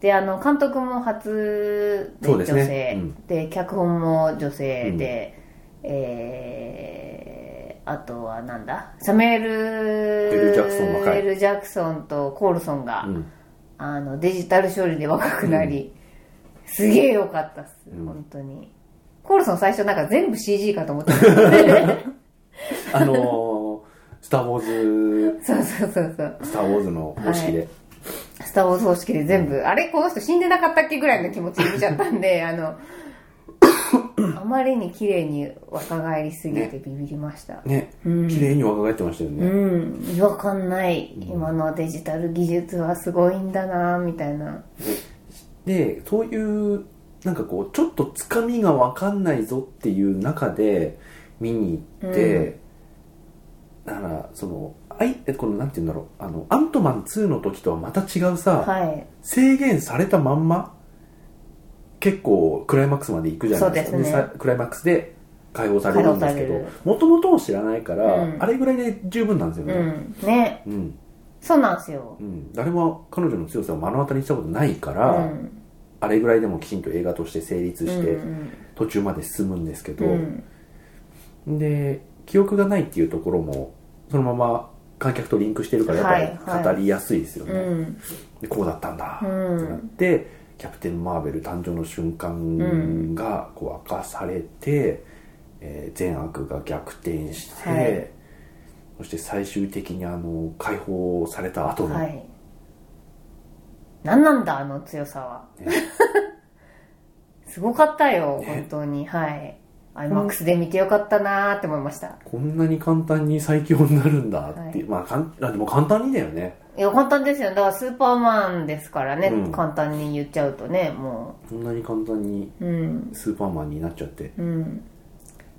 B: であの監督も初で
A: そう
B: 女
A: です
B: 性
A: ね
B: で,、
A: うん
B: 脚本も女性で、えーあとはなんだサメエル・
A: エルジャクソン若い
B: エルジャクソンとコールソンが、
A: うん
B: あのデジタル処理で若くなり、すげえ良かったっす、
A: うん
B: 本当にコールソン最初なんか全部 CG かと思っ てたんですよね
A: あのースター・ウォー
B: そうそうそうそう
A: ズ、スター・ウォーズの方式で、
B: スター・ウォーズ方式で全部、あれこの人死んでなかったっけぐらいの気持ちで見ちゃったんで あのあまりに綺麗に若返りすぎてビビりました、
A: ね、
B: うん
A: 綺麗に若返ってましたよね。
B: うん違和感ない今のデジタル技術はすごいんだなみたいな
A: で、そういう、なんかこう、ちょっとつかみがわかんないぞっていう中で見に行って、だから、その、あいえこのなんて言うんだろうあのアントマン2の時とはまた違うさ、
B: はい
A: 制限されたまんま結構クライマックスまで行くじゃないですか
B: そうですね
A: さクライマックスで解放されるんですけ
B: 解
A: ど
B: 放さ
A: もともとを知らないから、
B: うん
A: あれぐらいで十分なんですよ
B: う
A: ね
B: んね
A: うん、うん
B: そうなんですよ
A: 誰も彼女の強さを目の当たりにしたことないから、
B: うん
A: あれぐらいでもきちんと映画として成立して、
B: うん
A: 途中まで進むんですけ
B: う
A: ど、
B: んうん
A: で記憶がないっていうところもそのまま観客とリンクしてるからやっぱ
B: はい
A: り語
B: はい
A: りやすいですよね、
B: うん
A: でこうだったんだって
B: うん
A: なって、キャプテン・マーベル誕生の瞬間がこう明かされて、えー善悪が逆転して、
B: はい
A: そして最終的にあの解放された後の、
B: はい何なんだあの強さは
A: ね
B: すごかったよ
A: ね
B: 本当にはい IMAX で見てよかったなーって思いました
A: こんなに簡単に最強になるんだって、
B: はい
A: まあかんあでも簡単にだよね
B: いや簡単ですよだからスーパーマンですからね、
A: うん
B: 簡単に言っちゃうとねも
A: こんなに簡単に
B: ううん
A: スーパーマンになっちゃって
B: うん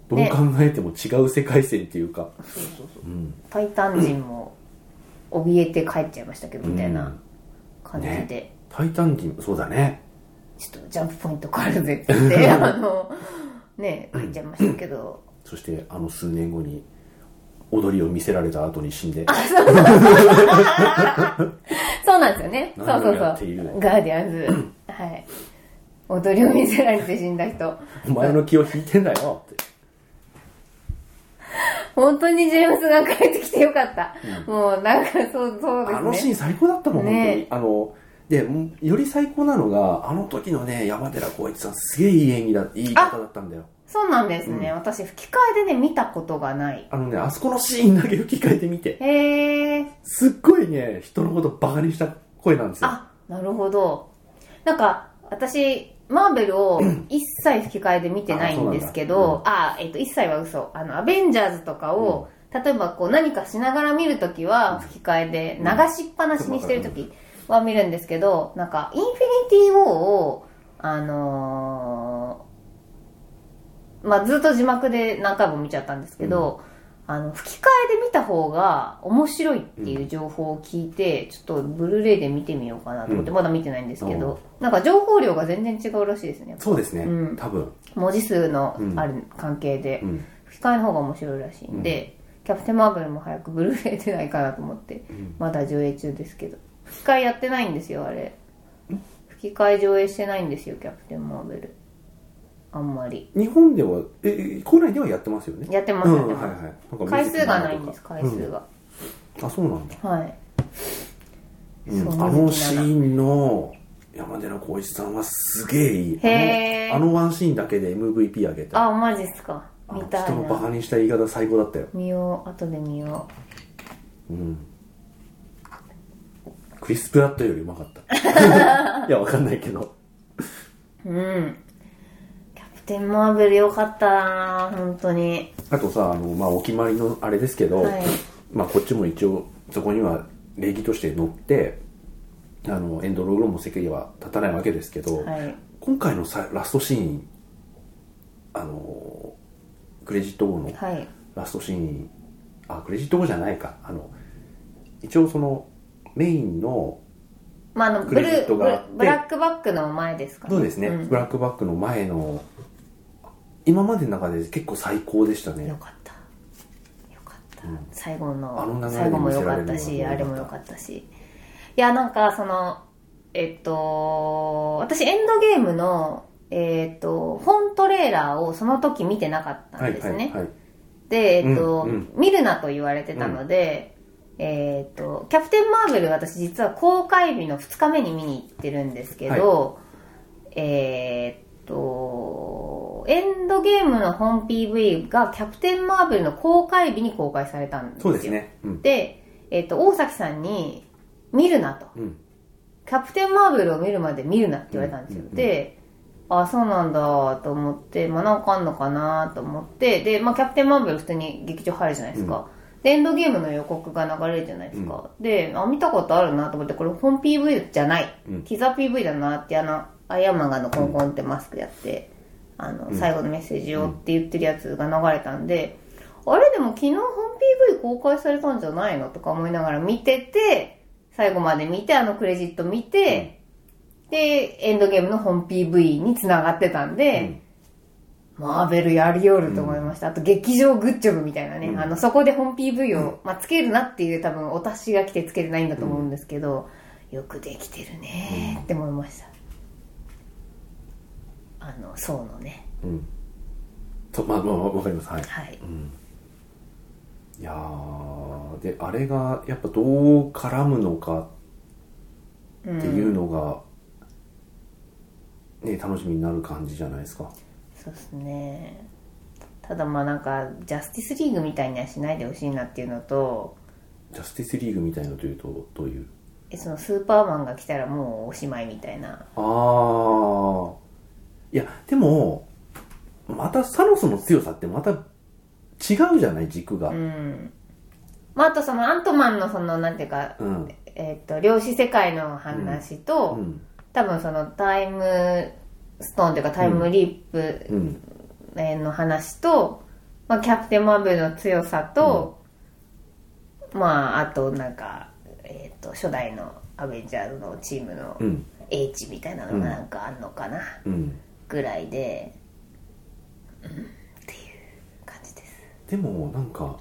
A: どう
B: ね
A: 考えても違う世界線っていうか、うん、
B: タイタン人も怯えて帰っちゃいましたけどみたいな感じで、
A: うんタイタン人そうだね
B: ちょっとジャンプポイント変わるぜって言って あのね帰っちゃいましたけど
A: そしてあの数年後に踊りを見せられた後に死んで
B: そうなんですよねそうそうそ
A: 何をやっている
B: うガーディアンズ はい踊りを見せられて死んだ人
A: お前の気を引いてんだよって
B: 本当にジェームスが帰ってきてよかった、もうなんかそうそうですね
A: あのシーン最高だったもん、
B: ね
A: 本当にあのでもより最高なのがあの時のね山寺宏一さんすげえいい演技だいい方だったんだよ
B: そうなんですね、私吹き替えでね見たことがない
A: あのねあそこのシーンだけ吹き替えてみて
B: へえ
A: すっごいね人のことバカにした声なんですよ
B: あなるほどなんか私マーベル を一切吹き替えで見てないんですけど、あ、えっ、と、一切は嘘。あの、アベンジャーズとかを、例えばこう何かしながら見るときは吹き替えで、
A: う
B: 流
A: ん
B: しっぱなしにしてるときは見るんですけど、なんか、インフィニティ・ウォーを、あのーまあ、ずっと字幕で何回も見ちゃったんですけど、あの、吹き替えで見た方が面白いっていう情報を聞いて、ちょっとブルーレイで見てみようかなと思って、
A: う
B: まだ見てないんですけど、なんか情報量が全然違うらしいですね。
A: そうですね、
B: うん
A: 多分、
B: 文字数のある関係で
A: う、ん、
B: 吹き替えの方が面白いらしいんで、キャプテンマーベルも早くブルーレイ出ないかなと思って、
A: ん
B: まだ上映中ですけど。吹き替えやってないんですよ、あれ。吹き替え上映してないんですよ、キャプテンマーベル。あんまり。
A: 日本ではえ国内ではやってますよね
B: やってます
A: う
B: よ
A: ん
B: ね。
A: はいはいなんか
B: 回
A: 見せて
B: 数
A: もら
B: が
A: うとか
B: ないんです、回数が。
A: うんあそうなんだ、
B: はい。
A: うん
B: そう
A: あの
B: 水木
A: シ
B: 奈々
A: ーンの山寺宏一さんはすげえいい
B: へー
A: あのあのワンシーンだけで MVP あげた
B: あ、マジっすか。
A: あ
B: 見
A: の
B: た
A: 人
B: い
A: のバカ
B: な。
A: にした言い方最高だったよ、
B: 見よう、後で見よ
A: うん、クリス・プラットよりうまかった いやわかんないけど
B: う。うん。キャプテンマーベルよかったな本当に。
A: あとさあの、まあ、お決まりのあれですけど、
B: はい
A: まあ、こっちも一応そこには礼儀として乗ってあのエンドロールも世界は立たないわけですけど、
B: はい。
A: 今回のさラストシーンあのクレジット後の
B: はい。
A: ラストシーンあクレジット後じゃないかあの一応そのメインの
B: まあ、あの、
A: ク
B: ブル
A: レジッ
B: ー、
A: ト
B: ブ
A: があ
B: ル
A: って
B: ブラックバックの前ですか
A: そうですね、
B: ん
A: ブラックバックの前の今までの中で結構最高でしたね
B: よかった。よかった。最後
A: あの流
B: の、
A: れで
B: 最後もよかった
A: 見せ
B: し、
A: ら
B: あ
A: れ
B: れ
A: るの
B: も
A: が
B: よかったし。いや、なんか、その、えっと、私、エンドゲームの、えっと、本トレーラーをその時見てなかった
A: は
B: ん
A: い
B: で
A: は
B: す
A: い
B: ね。
A: はい
B: で、えっと、
A: うんうん
B: 見るなと言われてたので、えっと、キャプテンマーベル私実は公開日の2日目に見に行ってるんですけど、えっと、エンドゲームの本 PV がキャプテンマーベルの公開日に公開されたんです
A: そ
B: よ。
A: うですねうん
B: で、えっと、大崎さんに、見るなと。
A: うん
B: キャプテンマーベルを見るまで見るなって言われたんですよ。
A: うんうんうん
B: で、あ、そうなんだと思って、まあなんかあんのかなと思って、で、まあキャプテンマーベル普通に劇場入るじゃないですか。で、エンドゲームの予告が流れるじゃないですか。で、あ、見たことあるなと思って、これ本 PV じゃない。
A: うん
B: ティザー PV だなって、あの、アイアンマンがあのコンコンってマスクやって、あの、最後のメッセージをって言ってるやつが流れたんで、あれでも昨日本 PV 公開されたんじゃないのとか思いながら見てて、最後まで見て、あのクレジット見て、で、エンドゲームの本 PV に繋がってたんで、マーベルやりよると思いました。あと劇場グッジョブみたいなね、
A: うん
B: あの、そこで本 PV を、まあ、つけるなっていう多分お達しが来てつけてないんだと思うんですけど、よくできてるねーって思いました。あの、そうのね。
A: うんそうまあまあわかりますはい
B: はい。
A: いやーであれがやっぱどう絡むのかっていうのが、ね楽しみになる感じじゃないですか
B: そうですねただまあなんかジャスティスリーグみたいにはしないでほしいなっていうのと
A: ジャスティスリーグみたいなのというとどういう
B: えそのスーパーマンが来たらもうおしまいみたいな
A: ああいやでもまたサノスの強さってまた違うじゃない軸が
B: うんまああとそのアントマンのそのなんていうか、
A: うん
B: えっと量子世界の話と、
A: うん
B: 多分そのタイムストーンというかタイムリープ
A: うん
B: えーの話と、まあ、キャプテン・マーベルの強さと、まああとなんか、えー、と初代のアベンジャーズのチームの
A: うん
B: H みたいなのがなんかあんのかな、
A: うん
B: ぐらいで、うん、っていう感じです
A: でもなんか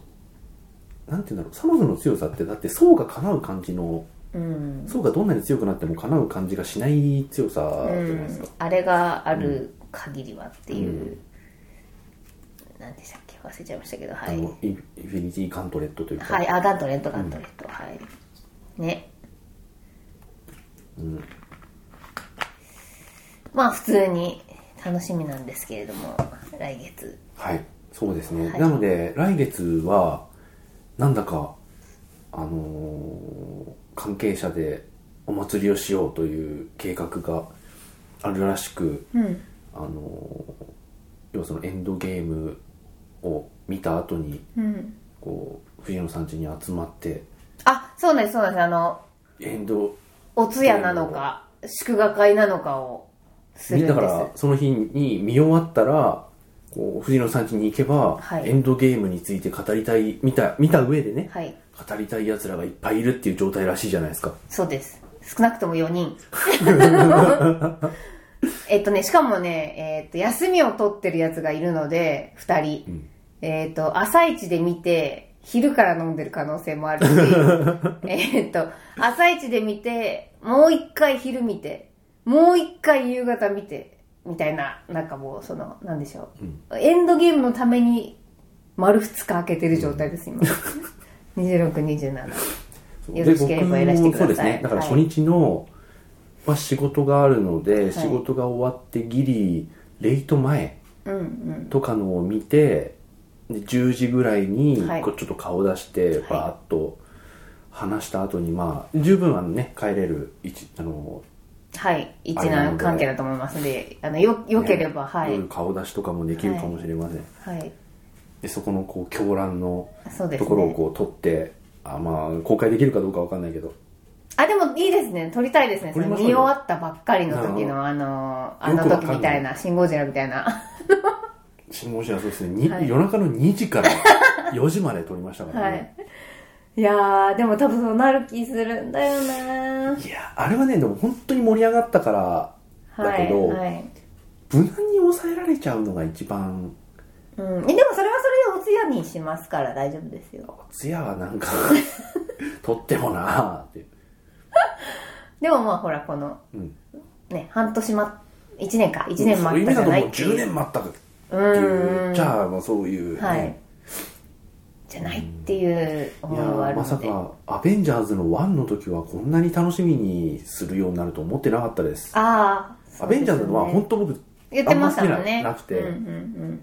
A: なんて言うんだろうサノスの強さってだって層が叶う感じの
B: うん、
A: 層がどんなに強くなっても叶う感じがしない強さ
B: う
A: じゃないです
B: ん
A: か、、
B: あれがある限りはっていう、なんでしたっけ忘れちゃいましたけどは
A: あ
B: い
A: のインフィニティ・カントレットというか、
B: はいあガントレットガントレット、はいね
A: うん、
B: まあ普通に楽しみなんですけれども来月
A: はい、そうですね。
B: はい
A: なので、来月は、なんだか、あのー関係者でお祭りをしようという計画があるらしく、
B: うん
A: あのー要はそのエンドゲームを見た後に、
B: うん
A: こう、藤野さん家に集まって、
B: あそうなんですそうなんですあの
A: エンド、
B: お通夜なのか祝賀会なのかをするん
A: 見
B: です
A: たから、その日に見終わったら、こう藤野さん家に行けば、
B: はい
A: エンドゲームについて語りたい、見た、見た上でね、
B: はい
A: 語りたい奴らがいっぱいいるっていう状態らしいじゃないですか。
B: そうです。少なくとも4人。 えっとね、しかもね、えっと、休みを取ってるやつがいるので、2人。
A: ん
B: えっと、朝一で見て、昼から飲んでる可能性もあ るし、えっと、朝一で見て、もう一回昼見て、もう一回夕方見て、みたいな、なんかもう、その、なんでしょう。エンドゲームのために、丸2日空けてる状態 です、今。26、27。よろしければいらしてく
A: で僕も
B: ださい
A: そうですね。だから
B: はい
A: 初日の、まあ仕事があるので、
B: い
A: 仕事が終わってギリ、レイト前
B: うんうん。
A: とかのを見て、で10時ぐらいに、
B: はい
A: こうちょっと顔出して、バーっと話した後に、まあ、十分あのね、帰れる位置、あの、
B: はい、一難関係だと思いますので、あのよよければ、
A: ね
B: はい、
A: 夜顔出しとかもできるかもしれません。
B: はい、
A: でそこのこう狂乱の
B: そうです
A: ところを
B: ね。
A: こう撮って、あまあ公開できるかどうかわかんないけど
B: あ、でもいいですね、撮りたいですね、
A: 撮
B: そ
A: り
B: の
A: ま
B: 見
A: しょう
B: 終
A: よ
B: わったばっかりの時の、あの、あの
A: よくわかん
B: 時
A: ない
B: みたいな、シン・ゴジラみたいな、
A: 新聞社はそうですね、に
B: はい
A: 夜中の2時 から4時まで撮りましたから
B: はい
A: ね、。、
B: いやー、でも多分そうなる気するんだよない
A: やあれはねでも本当に盛り上がったからだ
B: は
A: け
B: い、
A: ど
B: はい。
A: 無難に抑えられちゃうのが一番
B: うん、えでもそれはそれでお通夜にしますから大丈夫ですよ。
A: ツヤは なんか撮ってもなあって
B: でもまあほら、この、
A: うん
B: ね、半年待っ、1年か、1年
A: そういう意
B: 待った
A: 味
B: じ
A: だ
B: ゃ
A: と
B: な
A: もう
B: いっていう。
A: 10年待ったって
B: う
A: い
B: ん
A: うじゃあまあそういう、ね
B: はい。じゃないっていう
A: い
B: 思い
A: や
B: は
A: ー
B: ある
A: まさ
B: ので。
A: か「アベンジャーズ」の1の時はこんなに楽しみにするようになると思ってなかったです
B: ああ、
A: アベンジャーズのは
B: そうですよ
A: 本当
B: ね
A: 僕
B: 言ってましたもんね。
A: あんま好きななくて
B: うんうん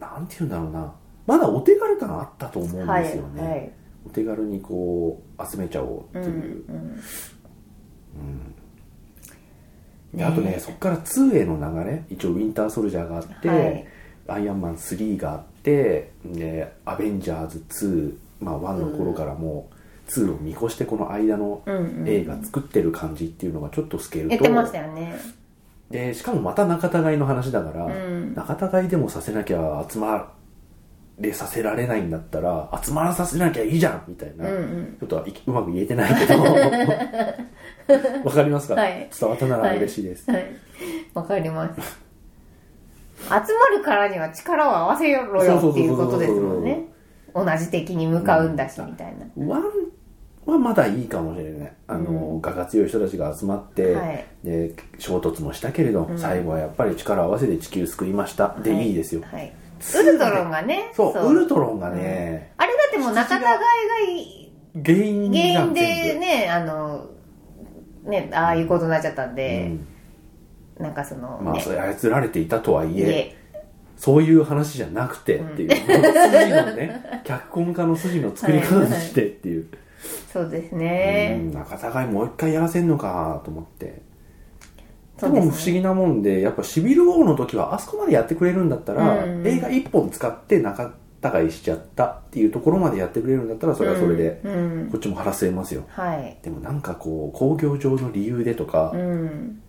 A: なんて言うんだろうなまだお手軽感あったと思
B: う。
A: うんん
B: はい。
A: ですよね、
B: はい。
A: お手軽にこう集めちゃおう
B: う
A: っ
B: ん
A: ていう、
B: うん。
A: であとねそっから2への流れ一応ウィンターソルジャーがあって、
B: はい
A: アイアンマン3があってでアベンジャーズ2、まあ、1の頃からもう2を見越してこの間の
B: うんうん
A: 映画作ってる感じっていうのがちょっとスケールと
B: 言ってましたよね。
A: でしかもまた仲違いの話だから、
B: うん
A: 仲違いでもさせなきゃ集まれさせられないんだったら集まらさせなきゃいいじゃんみたいな、
B: うんうん。
A: ちょっとはいきうまく言えてないけ どわかりますか、
B: はい
A: 伝わったなら嬉しいです、
B: はい。わかります。集まるからには力を合わせろよっていうことですもんね。同じ敵に向かうんだし、みたいな。
A: ワンはまだいいかもしれないあの、画が強い人たちが集まって、
B: はい
A: で衝突もしたけれど、最後はやっぱり力を合わせて地球救いましたで、、
B: はい
A: いですよ
B: はい。ウルトロンがね。
A: そうウルトロンがね、
B: あれだってもう仲違いがい
A: 原因じ
B: 原
A: ゃ
B: 因
A: ん
B: で
A: 全部
B: ねあのねああいうことになっちゃったんで、なんかその、
A: まあ、
B: ね
A: それ操られていたとはい
B: い
A: え
B: え
A: そういう話 じゃなくてっていう、筋のね脚本家の筋の作り方してっていう、
B: そうです
A: う
B: ね
A: ん、仲違いもう一回やらせんのかと思って。で
B: そ
A: も
B: うで
A: 不思
B: すね
A: 議なもんで、やっぱシビル王の時はあそこまでやってくれるんだったら、
B: うん
A: 映画一本使って仲違いしちゃったっていうところまでやってくれるんだったら、それはそれで、
B: うんうん
A: こっちも腹据えますよ。
B: はい
A: でもなんかこう、工業上の理由でとか、
B: うん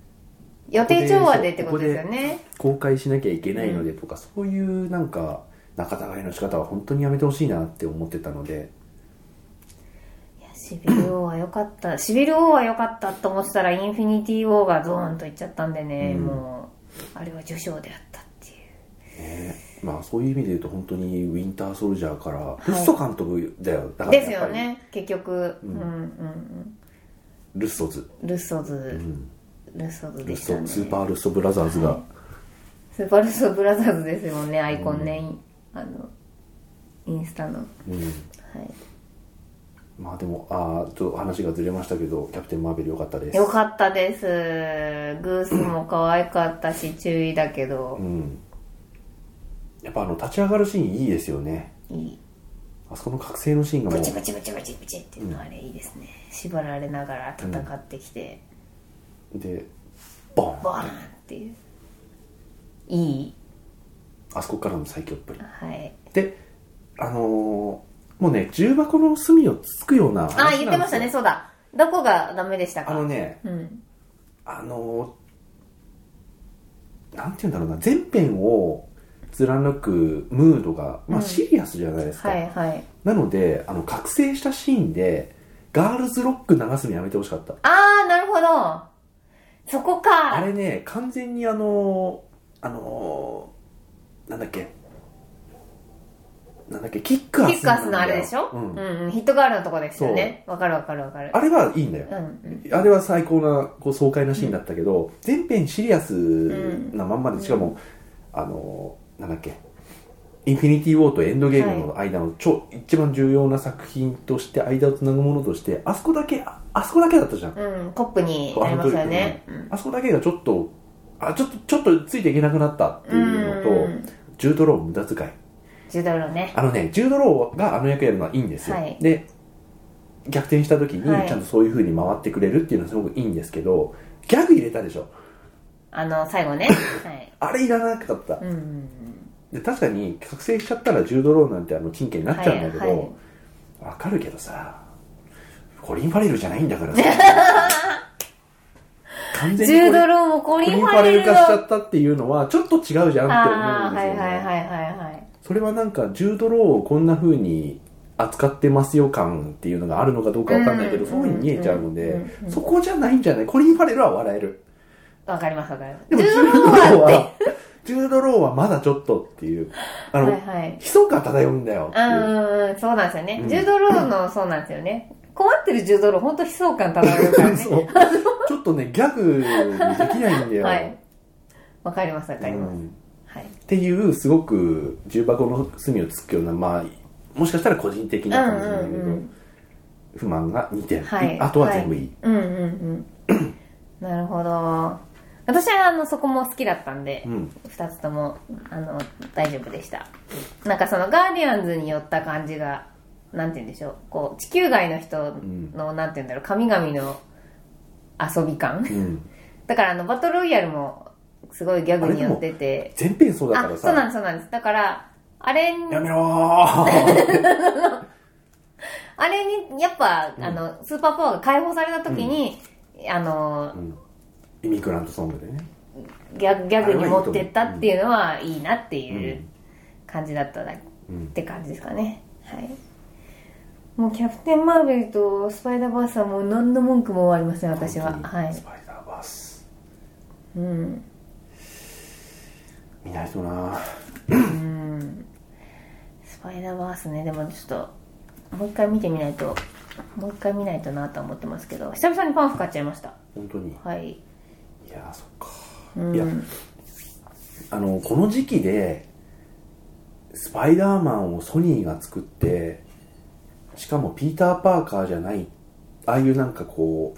B: 予定調和でってことですよね
A: 公開しなきゃいけないのでとか、そういうなんか、仲違いの仕方は本当にやめてほしいなって思ってたので、
B: いやシビル王は良かったシビル王は良かったと思ってたらインフィニティ王がゾーンといっちゃったんでね、
A: うん
B: もうあれは序章であったっていう
A: ねまあそういう意味で言うと本当にウィンターソルジャーから
B: い
A: ルッソ監督だよ、だから
B: です
A: やっ
B: よ
A: ぱり
B: ね結局、う、
A: うんん
B: うんうん
A: ルッソズ、
B: ルッソ
A: う
B: ズ、
A: ん
B: ルッソズ
A: ル
B: で
A: ッ
B: した
A: ソ
B: ね
A: スーパールッソブラザーズ
B: は
A: が
B: いスーパールッソブラザーズですもんねアイコンね、あのインスタのは
A: うんまあでもあーちょっと話がずれましたけどキャプテン・マーベル良かったで
B: い
A: す
B: よかったですグースも可愛かったし注意だけど
A: う、んやっぱあの立ち上がるシーンいいですよね
B: いい
A: あそこの覚醒のシーンがも
B: ブ
A: う
B: チブチブチブチブチっていうのはあれいいですね、縛られながら戦ってきて、
A: でボン
B: ボーンっていういい
A: あそこからの最強っぷり
B: はい
A: であのーもうね重箱の隅をつつくような話な
B: あ
A: んですよ
B: 言ってましたねそうだどこがダメでした
A: あ
B: か
A: のね
B: うん
A: あのなんて言うんだろうな全編を貫くムードが、まあ、
B: うん
A: シリアスじゃないですか、
B: はいはい
A: なのであの覚醒したシーンでガールズロック流すのやめてほしかった
B: ああなるほどそこか
A: あれね完全にあのあのなんだっけなんだっけキックアス
B: キックアスのあれでしょ、
A: う
B: うん
A: ん、
B: うん、ヒットガールのとこですよねわかるわかるわかる
A: あれはいいんだよ
B: うんうん
A: あれは最高なこう爽快なシーンだったけど、全編シリアスなまんまで、
B: うん
A: しかも、あのなんだっけインフィニティ・ウォーとエンドゲームの間の超、一番重要な作品として間をつなぐものとしてあそこだけああそこだけだったじゃん、
B: うんポップになりますよねうん
A: あそこだけがちょっとあちょっとちょっとついていけなくなったっていうのと、
B: うん
A: ジュード・ロー無駄遣い
B: ジュドロね
A: あのねジュード・ローがあの役やるのはいいんですよ、
B: はい
A: で逆転した時に
B: はい
A: ちゃんとそういう風に回ってくれるっていうのはすごくいいんですけど、ギャグ入れたでしょ
B: あの最後ねはい
A: あれいらなかった、
B: うんうんうん
A: で確かに覚醒しちゃったら10ドローなんてあの金券になっちゃうんだけど、
B: はいはい
A: わかるけどさコリン・ファレルじゃないんだから さ完
B: ジ
A: 全にコリ
B: ュド
A: ン
B: ロもコ
A: コ
B: リ
A: リ
B: ン・
A: ン・
B: フ
A: フ
B: ァ
A: ァ
B: レ
A: レ
B: ル
A: ル化しちゃ
B: が
A: ったっていうのはちょっと違うじゃんって思う
B: ああ
A: ん
B: ー
A: です
B: はい
A: よ、ね
B: はいはいはいはい
A: それはなんか10ドローをこんな風に扱ってますよ感っていうのがあるのかどうかわかんないけど、
B: うん
A: そういう風に見えちゃうので、
B: うんうんうん
A: そこじゃないんじゃないコリン・ファレルは笑える
B: わかりますわかります
A: でも
B: ジ
A: 10
B: ュ
A: ド
B: ドロ
A: ロー
B: はっ
A: は10ドローはまだちょっとっていうあ
B: て
A: の、
B: はいはい
A: 密か漂うんだよって
B: う
A: いうん
B: うん、そうなんですよね。
A: うん
B: ジュードローの、そうなんですよね。困ってるジュードロー、ほんと悲壮感漂うから ね。
A: そうちょっとねギャグにできないんだよ、
B: はい。わかります、わかり
A: う
B: ます。
A: ん
B: はい。
A: っていうすごく重箱の隅をつくようなまあもしかしたら個人的
B: う
A: な感じなんだけど、
B: んうん
A: 不満が2点、
B: はい
A: あとは全部いい、
B: うん。うんうんうん。なるほど。私は、あの、そこも好きだったんで、
A: うん
B: 二つとも、あの、大丈夫でした。なんかその、ガーディアンズに寄った感じが、なんて言うんでしょう。こう、地球外の人の、なんて言うんだろう、神々の遊び感
A: うん
B: だからあのバトルロイヤルもすごいギャグによってて
A: 全編そうだ
B: あ
A: から
B: そうな
A: さ
B: んですそうなんですだからあれに
A: やめろー
B: あれにやっぱ、あのスーパーパワーが解放された時に、あの
A: うんイミグラントソングでね
B: ギャグギャグに持ってったっていうのはいいなっていううん感じだっただっ
A: うん
B: て感じですかねはいもうキャプテン・マーベルとスパイダーバースはもう何の文句もありません私は
A: 本当
B: は
A: に
B: い
A: スパイダーバース
B: うん
A: 見ないとな
B: うんスパイダーバースねでもちょっともう一回見てみないともう一回見ないとなとは思ってますけど久々にパンフ買っちゃいました
A: 本当に
B: はい、
A: いやーそっか
B: うん、
A: いやあのこの時期でスパイダーマンをソニーが作ってしかもピーター・パーカーじゃないああいうなんかこ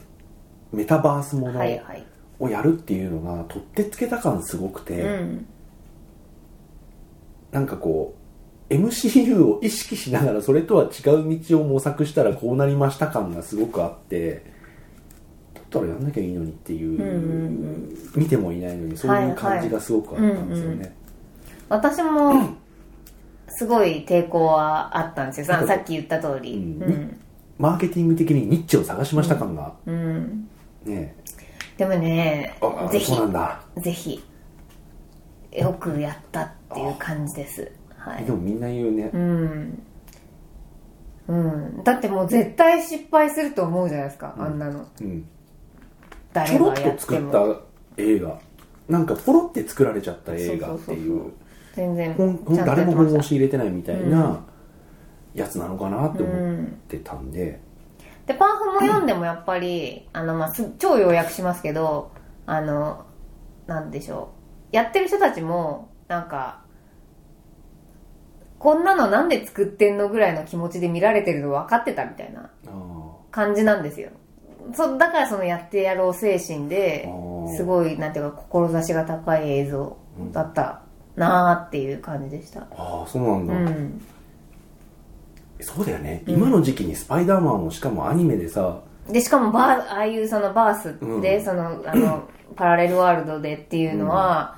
A: うメタバースもの
B: はいはい
A: をやるっていうのが取ってつけた感すごくて、
B: うん
A: なんかこう MCU を意識しながらそれとは違う道を模索したらこうなりました感がすごくあってだったらやんなきゃいいのにっていう,、
B: うんうん
A: 見てもいないのにそういう感じがすごくあったんですよね、
B: はいはいうん私もすごい抵抗はあったんです よささっき言った通り
A: うん
B: うん、
A: マーケティング的にニッチを探しました感が、
B: うん、
A: ね
B: でもね
A: あ
B: ぜ
A: そう
B: ひ
A: なんだ
B: ぜひよくやったっていう感じですはい
A: でもみんな言うね
B: う、んうん、だってもう絶対失敗すると思うじゃないですか、あんなの
A: うん、ち
B: 誰
A: ょろ
B: が
A: っ
B: や
A: と
B: って
A: 作っ
B: も
A: た映画なんかポロって作られちゃった映画って
B: そうそう
A: い
B: そうう全然
A: 本本
B: ちゃんと
A: 誰
B: やっ
A: も
B: てま
A: 本
B: し
A: 腰入れてないみたいなやつなのかなって
B: たう
A: 思っ
B: ん
A: てたんで、
B: でパンフも読んでもやっぱりあの、まあ、す超要約しますけどあのなんでしょうやってる人たちもなんかこんなのなんで作ってんのぐらいの気持ちで見られてるの分かってたみたいな感じなんですよそだからそのやってやろう精神で
A: ああ
B: すごいなんていうか志が高い映像だったなーっていう感じでした
A: あーあーそうなん
B: う
A: だ、
B: ん
A: そうだよね、
B: うん
A: 今の時期に「スパイダーマン」をしかもアニメでさ
B: でしかもバーああいうそのバースで、
A: うん
B: その あのパラレルワールドでっていうのは、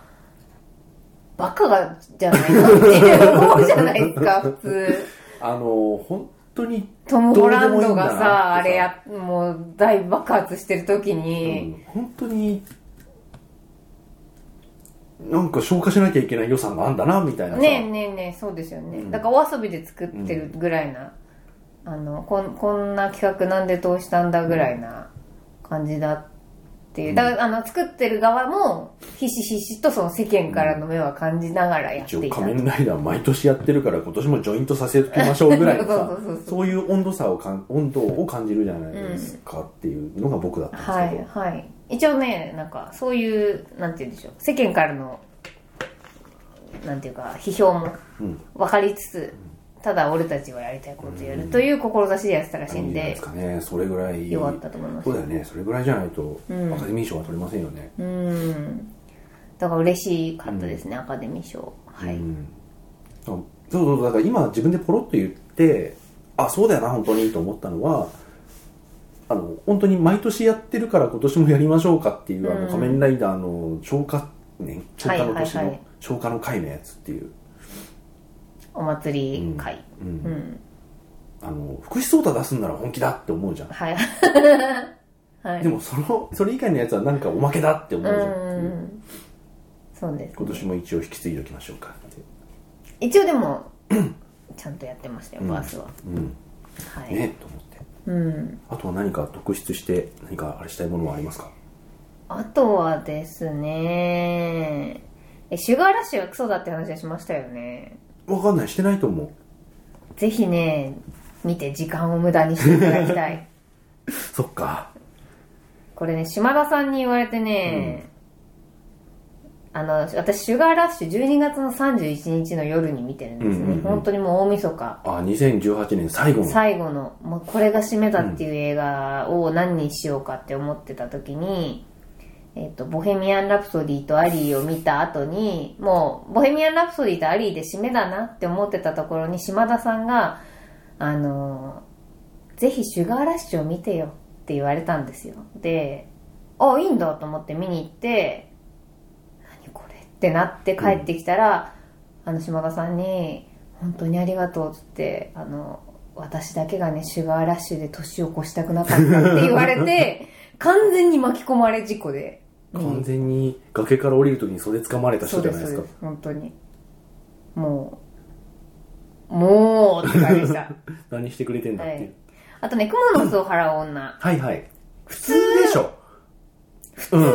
B: バカがじゃないかって思うじゃないで すか普通
A: あの本当に、
B: トム・ホランド
A: ど
B: が
A: うでもいいんだなって
B: さ
A: さ
B: あれやもう大爆発してる時に、
A: うん本当になんか消化しなきゃいけない予算があんだなみたいなさ、
B: ねえねえねえそうですよね、
A: うん
B: だからお遊びで作ってるぐらいな、あのこんこんな企画なんで通したんだぐらいな感じだっていう、
A: うん
B: だからあの作ってる側もひしひしとその世間からの目は感じながらやっ
A: 一
B: て
A: 応
B: いた
A: 仮面ライダー毎年やってるから今年もジョイントさせておきましょうぐらいの
B: そう
A: さ
B: そうそうそう
A: そういう温度差をかん温度を感じるじゃないですかっていうのが僕だったん
B: は
A: ですけ
B: い
A: ど、
B: はい一応ねなんかそういうなんて言うんでしょう世間からのなんていうか批評も
A: うん
B: 分かりつつ、ただ俺たちはやりたいことをやるという志でやってたらしい
A: いい
B: ん
A: んじゃない
B: で
A: です、かねそれぐらい
B: よかったと思います
A: そうだよねそれぐらいじゃないと
B: うん
A: アカデミー賞は取れませんよね、
B: うんだから嬉しかったですね、アカデミー賞はい、
A: うんあそうそうだから今自分でポロッと言ってあそうだよな本当にと思ったのはあの本当に毎年やってるから今年もやりましょうかっていう、あ
B: うん
A: の仮面ライダーの消化年消化の年の、
B: はいはいはい
A: 消化の回のやつっていう、
B: お祭り会
A: うん
B: うん、
A: あの福士蒼汰出すんなら本気だって思うじゃん、
B: はいはい
A: でもそのそれ以外のやつはなんかおまけだって思う
B: う
A: じゃんっていう、
B: んそうです、
A: 今年も一応引き継いでおきましょうかって、
B: 一応でも ちゃんとやってましたよ
A: うん
B: バースは、
A: うん、
B: はい、
A: ねと思って
B: うん
A: あとは何か特筆して何かあれしたいものはありますか
B: あとはですねえシュガーラッシュがクソだって話はしましたよね
A: わかんないしてないと思う
B: ぜひね見て時間を無駄にしていただきたい
A: そっか。
B: これね島田さんに言われてね、あの私シュガーラッシュ12月の31日の夜に見てるんですね、
A: うんうんうん
B: 本当にもう大晦日
A: あ、2018年最後の。
B: 最後のもうこれが締めだっていう映画を何にしようかって思ってた時に「えっとボヘミアン・ラプソディ」と「アリー」を見た後にもう「ボヘミアン・ラプソディ」と「アリー」で締めだなって思ってたところに島田さんが「あのぜひシュガーラッシュを見てよ」って言われたんですよで「あいいんだ」と思って見に行って「何これ?」ってなって帰ってきたら、あの島田さんに「本当にありがとう」っつってあの私だけがねシュガーラッシュで年を越したくなかったって言われ て完全に巻き込まれ事故で
A: 完全に崖から降りるときに袖掴まれた
B: そ
A: 人じ
B: う
A: ゃ
B: で
A: ない
B: す
A: で
B: そ
A: すか
B: うで。す本当にもうもうって感じ でした、
A: 何してくれてんだっ
B: は
A: てい。、
B: いうあとね「蜘蛛の巣を払う女
A: はい、はい、普通でしょ。普通、うん」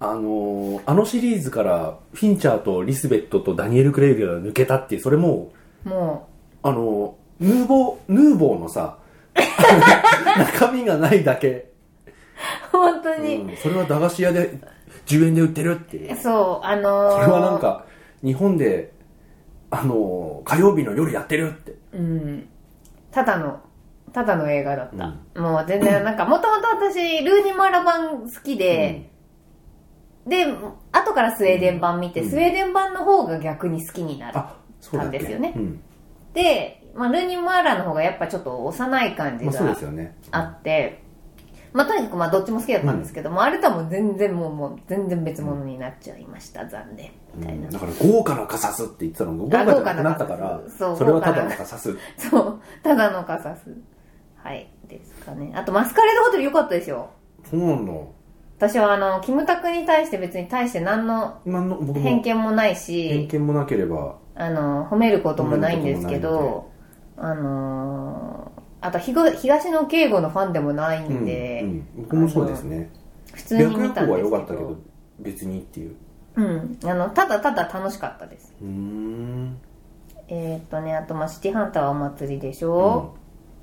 A: あのーあのシリーズから、フィンチャーとリスベットとダニエル・クレイグが抜けたっていう、それも、
B: も
A: あのーヌーボー、ヌーボーのさ、 中身がないだけ、
B: う本当
A: う
B: に、
A: んそれは駄菓子屋で10円で売ってるっていう。
B: そうあのー
A: これはなんか、日本で、あのー火曜日の夜やってるって。
B: うんただのただの映画だった、もう全然なんかもともと私ルーニー・マラ版好きで、で後からスウェーデン版見て、
A: うん
B: スウェーデン版の方が逆に好きになる
A: あそうだっけ
B: たんですよね
A: うん
B: で、まあ、ルニ・マーラの方がやっぱちょっと幼い感じ
A: まあ、そうで
B: が
A: すよね
B: あって、まあ、とにかくまあどっちも好きだったんですけども、あれとはもう全然もうもう全然別物になっちゃいました残念みたいな、
A: うんだから豪華なカサスって言ってたのが豪華じゃなくなったから
B: 豪華なカサスそ
A: そうれはただのカサス
B: 豪華なそうただのカサスはいですかねあとマスカレードホテル良かったですよ
A: そうなんだ
B: 私はあのキムタクに対して別に対して何の
A: なんの僕も
B: 偏見もない
A: 偏
B: し
A: 見もなければ
B: あの褒めることもないんですけ
A: 褒めるこ
B: どあのーあとひご東野圭吾のファンでもないんで、
A: うんうん、僕もそうですね
B: 普通に
A: 白
B: 見
A: 夜
B: た
A: 行
B: ん
A: は
B: ですけ
A: 良
B: ど
A: かったけど別にっていう
B: うん、あのただただ楽しかったです
A: うーん
B: えー、っとねあと、まあ、シティハンターはお祭りでしょ、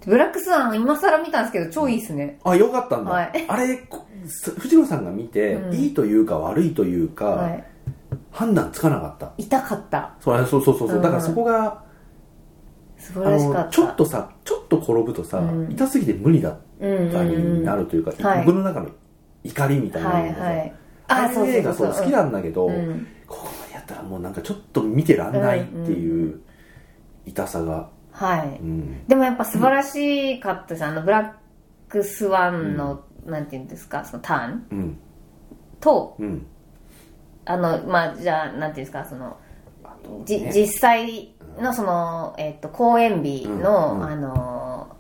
B: ブラックスワン今更見たんですけど超いいっすね、
A: あ良かったんだ、
B: はい
A: あれこす藤野さんが見て、
B: うん
A: いいというか悪いというか、
B: はい
A: 判断つかなかった
B: 痛かった
A: そうあそうそうそうそう、
B: うん
A: だからそこが
B: 素
A: あ
B: 晴らしか
A: の
B: った
A: ちょっとさちょっと転ぶとさ、
B: うん
A: 痛すぎて無理だっ
B: うんうん
A: たり
B: うん
A: になるというか、
B: はい
A: 僕の中の怒りみたいな
B: は
A: の
B: い
A: がさ、
B: はい
A: ああいう映画そう好き
B: だ
A: なんだけど、
B: うん
A: ここまでやったらもうなんかちょっと見てらんないっていう痛さが、
B: はい
A: うん
B: でもやっぱ素晴らしかったです、あのブラックスワンの、なんていうんですかそのターン
A: うん
B: と
A: うん
B: あのまあじゃあなんていうんですかその
A: あとね
B: じ実際のその、えっと公演日の、
A: うんうん
B: あの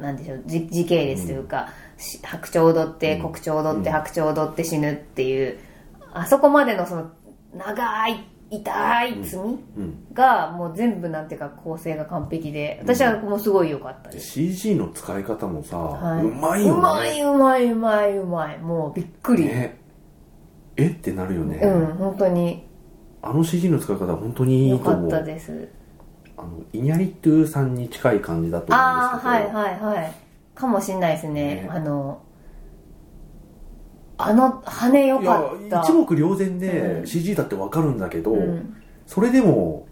B: なんでしょうじ時系列というか、し白鳥踊って
A: うん
B: 黒鳥踊って、
A: うん
B: 白鳥踊って死ぬっていうあそこまでのその長い痛い罪
A: うん、
B: がもう全部なんていうか構成が完璧で私はもうすごい良かった
A: で
B: です、
A: CG の使い方もさ、
B: は
A: うまいよね
B: うまいうまいうまいうまいもうびっくり、
A: ねえってなるよね、
B: うん本当に
A: あの CG の使い方本当にい
B: 良
A: いと
B: か
A: 思
B: っ
A: う
B: たです
A: あのイニャリトゥさんに近い感じだと思うんです
B: あ
A: け
B: あ
A: ど
B: はいはいはいかもしんないですね
A: ね
B: あのあの羽良かっ
A: い
B: た
A: や一目瞭然で
B: うん
A: CG だってわかるんだけど、
B: うん、
A: それでも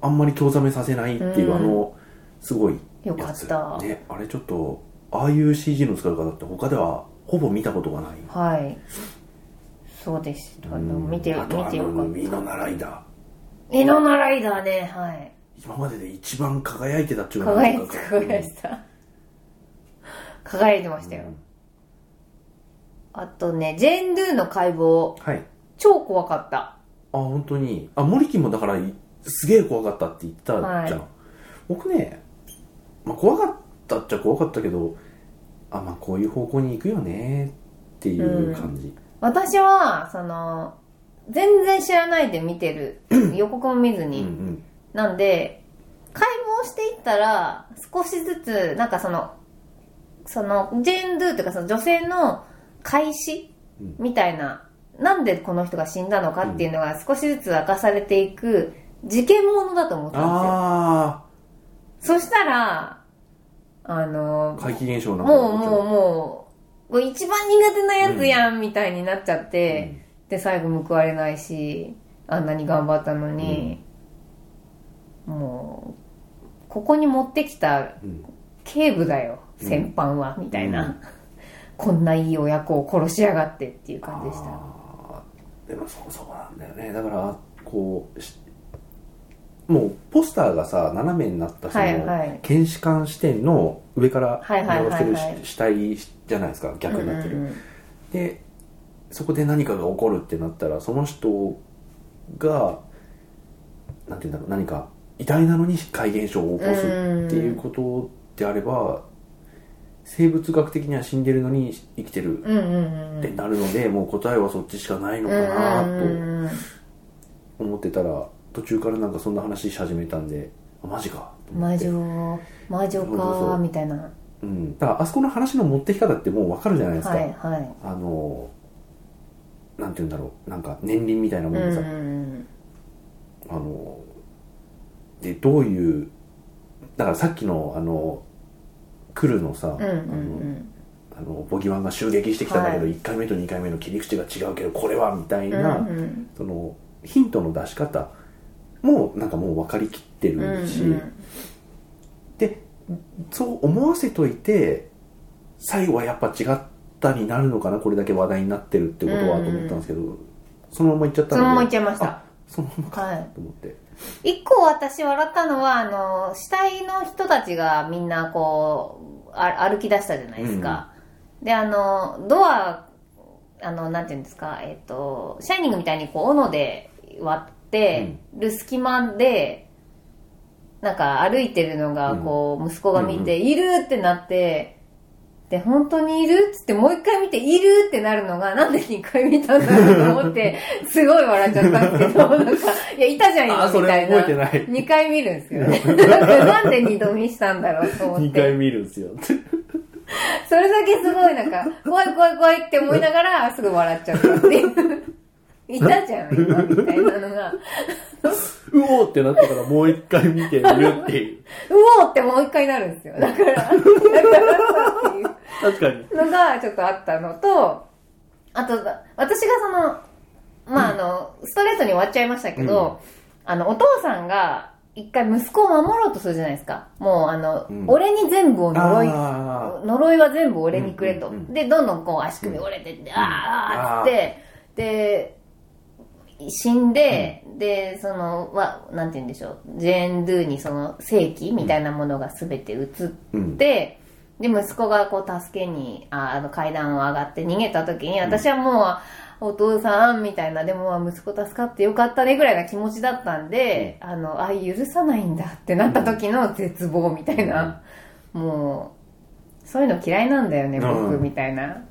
A: あんまり興ざめさせないっていう、
B: うん
A: あのすごい
B: よか
A: や
B: っ
A: つ
B: た、
A: ね、あれちょっとああいう CG の使い方って他ではほぼ見たことがない
B: はいそうでしたあの
A: うん
B: 見て
A: あ
B: 見
A: とあ
B: てよ
A: の
B: かっ
A: 身の習いだ
B: たイノナライダーねはい
A: 今までで一番輝いてたっちゅうのが
B: 輝いて輝いてた輝いてましたよ、
A: うん
B: あとねジェンドゥの解剖
A: はい
B: 超怖かった
A: あ本当にあ森木もだからいすげえ怖かったって言ったじゃん、
B: は
A: 僕ね、まあ、怖かったっちゃ怖かったけどあまあこういう方向に行くよねっていう感じ、
B: 私はその全然知らないで見て る予告も見ず
A: うん、
B: に、
A: うん
B: なんで、解剖していったら、少しずつ、なんかその、その、ジェーンドゥというかその女性の開始
A: うん
B: みたいな、なんでこの人が死んだのかっていうのが少しずつ明かされていく事件ものだと思ったんで
A: あ
B: すよ。そしたら、あの
A: あ、怪奇現象なんか
B: もうもうもう、もう一番苦手なやつやんみたいになっちゃっ
A: う
B: て、
A: ん
B: で最後報われないしあんなに頑張ったのに、もうここに持ってきた
A: うん
B: 警部だよ
A: うん
B: 戦犯は、みたいな、
A: うん
B: こんないい親子を殺しやがってっていう感じでした
A: あーでもそうそうなんだよねだからこうしもうポスターがさ斜めになったその、
B: はいはい
A: 検視官視点の上から
B: はいはいはいはい
A: 見下ろしてる死体じゃないですか逆になってる、
B: うんうんうん
A: でそこで何かが起こるってなったらその人がなんて言うんだろう何か偉大なのに怪現象を起こすっていうことであれば生物学的には死んでるのに生きてる
B: うんうんうん
A: ってなるので、もう答えはそっちしかないのか
B: うんうんう
A: なん
B: うん
A: と思ってたら途中からなんかそんな話し始めたんであマジかと思
B: 魔
A: って
B: 女魔女
A: そうそうそ
B: か
A: う
B: みたいな
A: うん、だからあそこの話の持ってき方ってもう分かるじゃないですか、
B: はいはい
A: あのなんて言うんだろうなんか年輪みたいな
B: う
A: も
B: ん
A: ん
B: う
A: でさ、
B: んうん
A: あのでどういうだからさっきのあの来るのさ、
B: うんうん
A: あのあのボギワンが襲撃してきたんだけど、
B: は
A: 1回目と2回目の切り口が違うけどこれはみたい
B: うん
A: な、
B: うんうん
A: そのヒントの出し方もなんかもう分かりきってるし、
B: うんうん
A: でそう思わせといて最後はやっぱ違ったになるのかなこれだけ話題になってるってことは
B: うん
A: と思ったんですけど、そのままいっちゃった
B: そのままい
A: ので
B: っちゃいました
A: そのままか
B: はい
A: と思って
B: 一個私笑ったのは、あの、死体の人たちがみんなこう、あ歩き出したじゃないですか。で、あの、ドア、あの、なんていうんですか、えっ、と、シャイニングみたいにこう、斧で割ってる隙間で、なんか歩いてるのが、こう、息子が見て、いるってなって、で、本当にいるっつって、もう一回見て、いるってなるのが、なんで2回見たんだろうと思って、すごい笑っちゃったんですけど、なんか、いや、いたじゃん、
A: あ
B: 今、
A: そ
B: み
A: れ
B: たいな。
A: 覚えてない
B: 2回見るんです よね。なんかなんで二度見したんだろうと思っ
A: 2
B: て。
A: 回見るんですよって
B: それだけすごいなんか、怖い怖い怖いって思いながら、すぐ笑っちゃったっていう。いたじゃん、今、みたいなのが。
A: うおーってなってからもう一回見てみるって いう
B: うおーってもう一回なるんですよ。だから、だからさっていう。
A: 確かに
B: のがちょっとあったのと、あと、私がその、まあ、あの、ストレートに終わっちゃいましたけど、あの、お父さんが、一回息子を守ろうとするじゃないですか。もう、あの、
A: うん
B: 俺に全部を呪い、
A: あ
B: 呪いは全部俺にくれと。
A: うんうんうん
B: で、どんどんこう足首折れてって、あーっつって、で、死んで、で、その、は、なんて言うんでしょう、ジェーン・ドゥにその正規みたいなものが全て移って、
A: うん
B: でで息子がこう助けにああの階段を上がって逃げた時に私はもう、お父さんみたいなでも息子助かってよかったねぐらいな気持ちだったんで、あのあ許さないんだってなった時の絶望みたいな、もうそういうの嫌いなんだよね僕、
A: うん
B: みたいな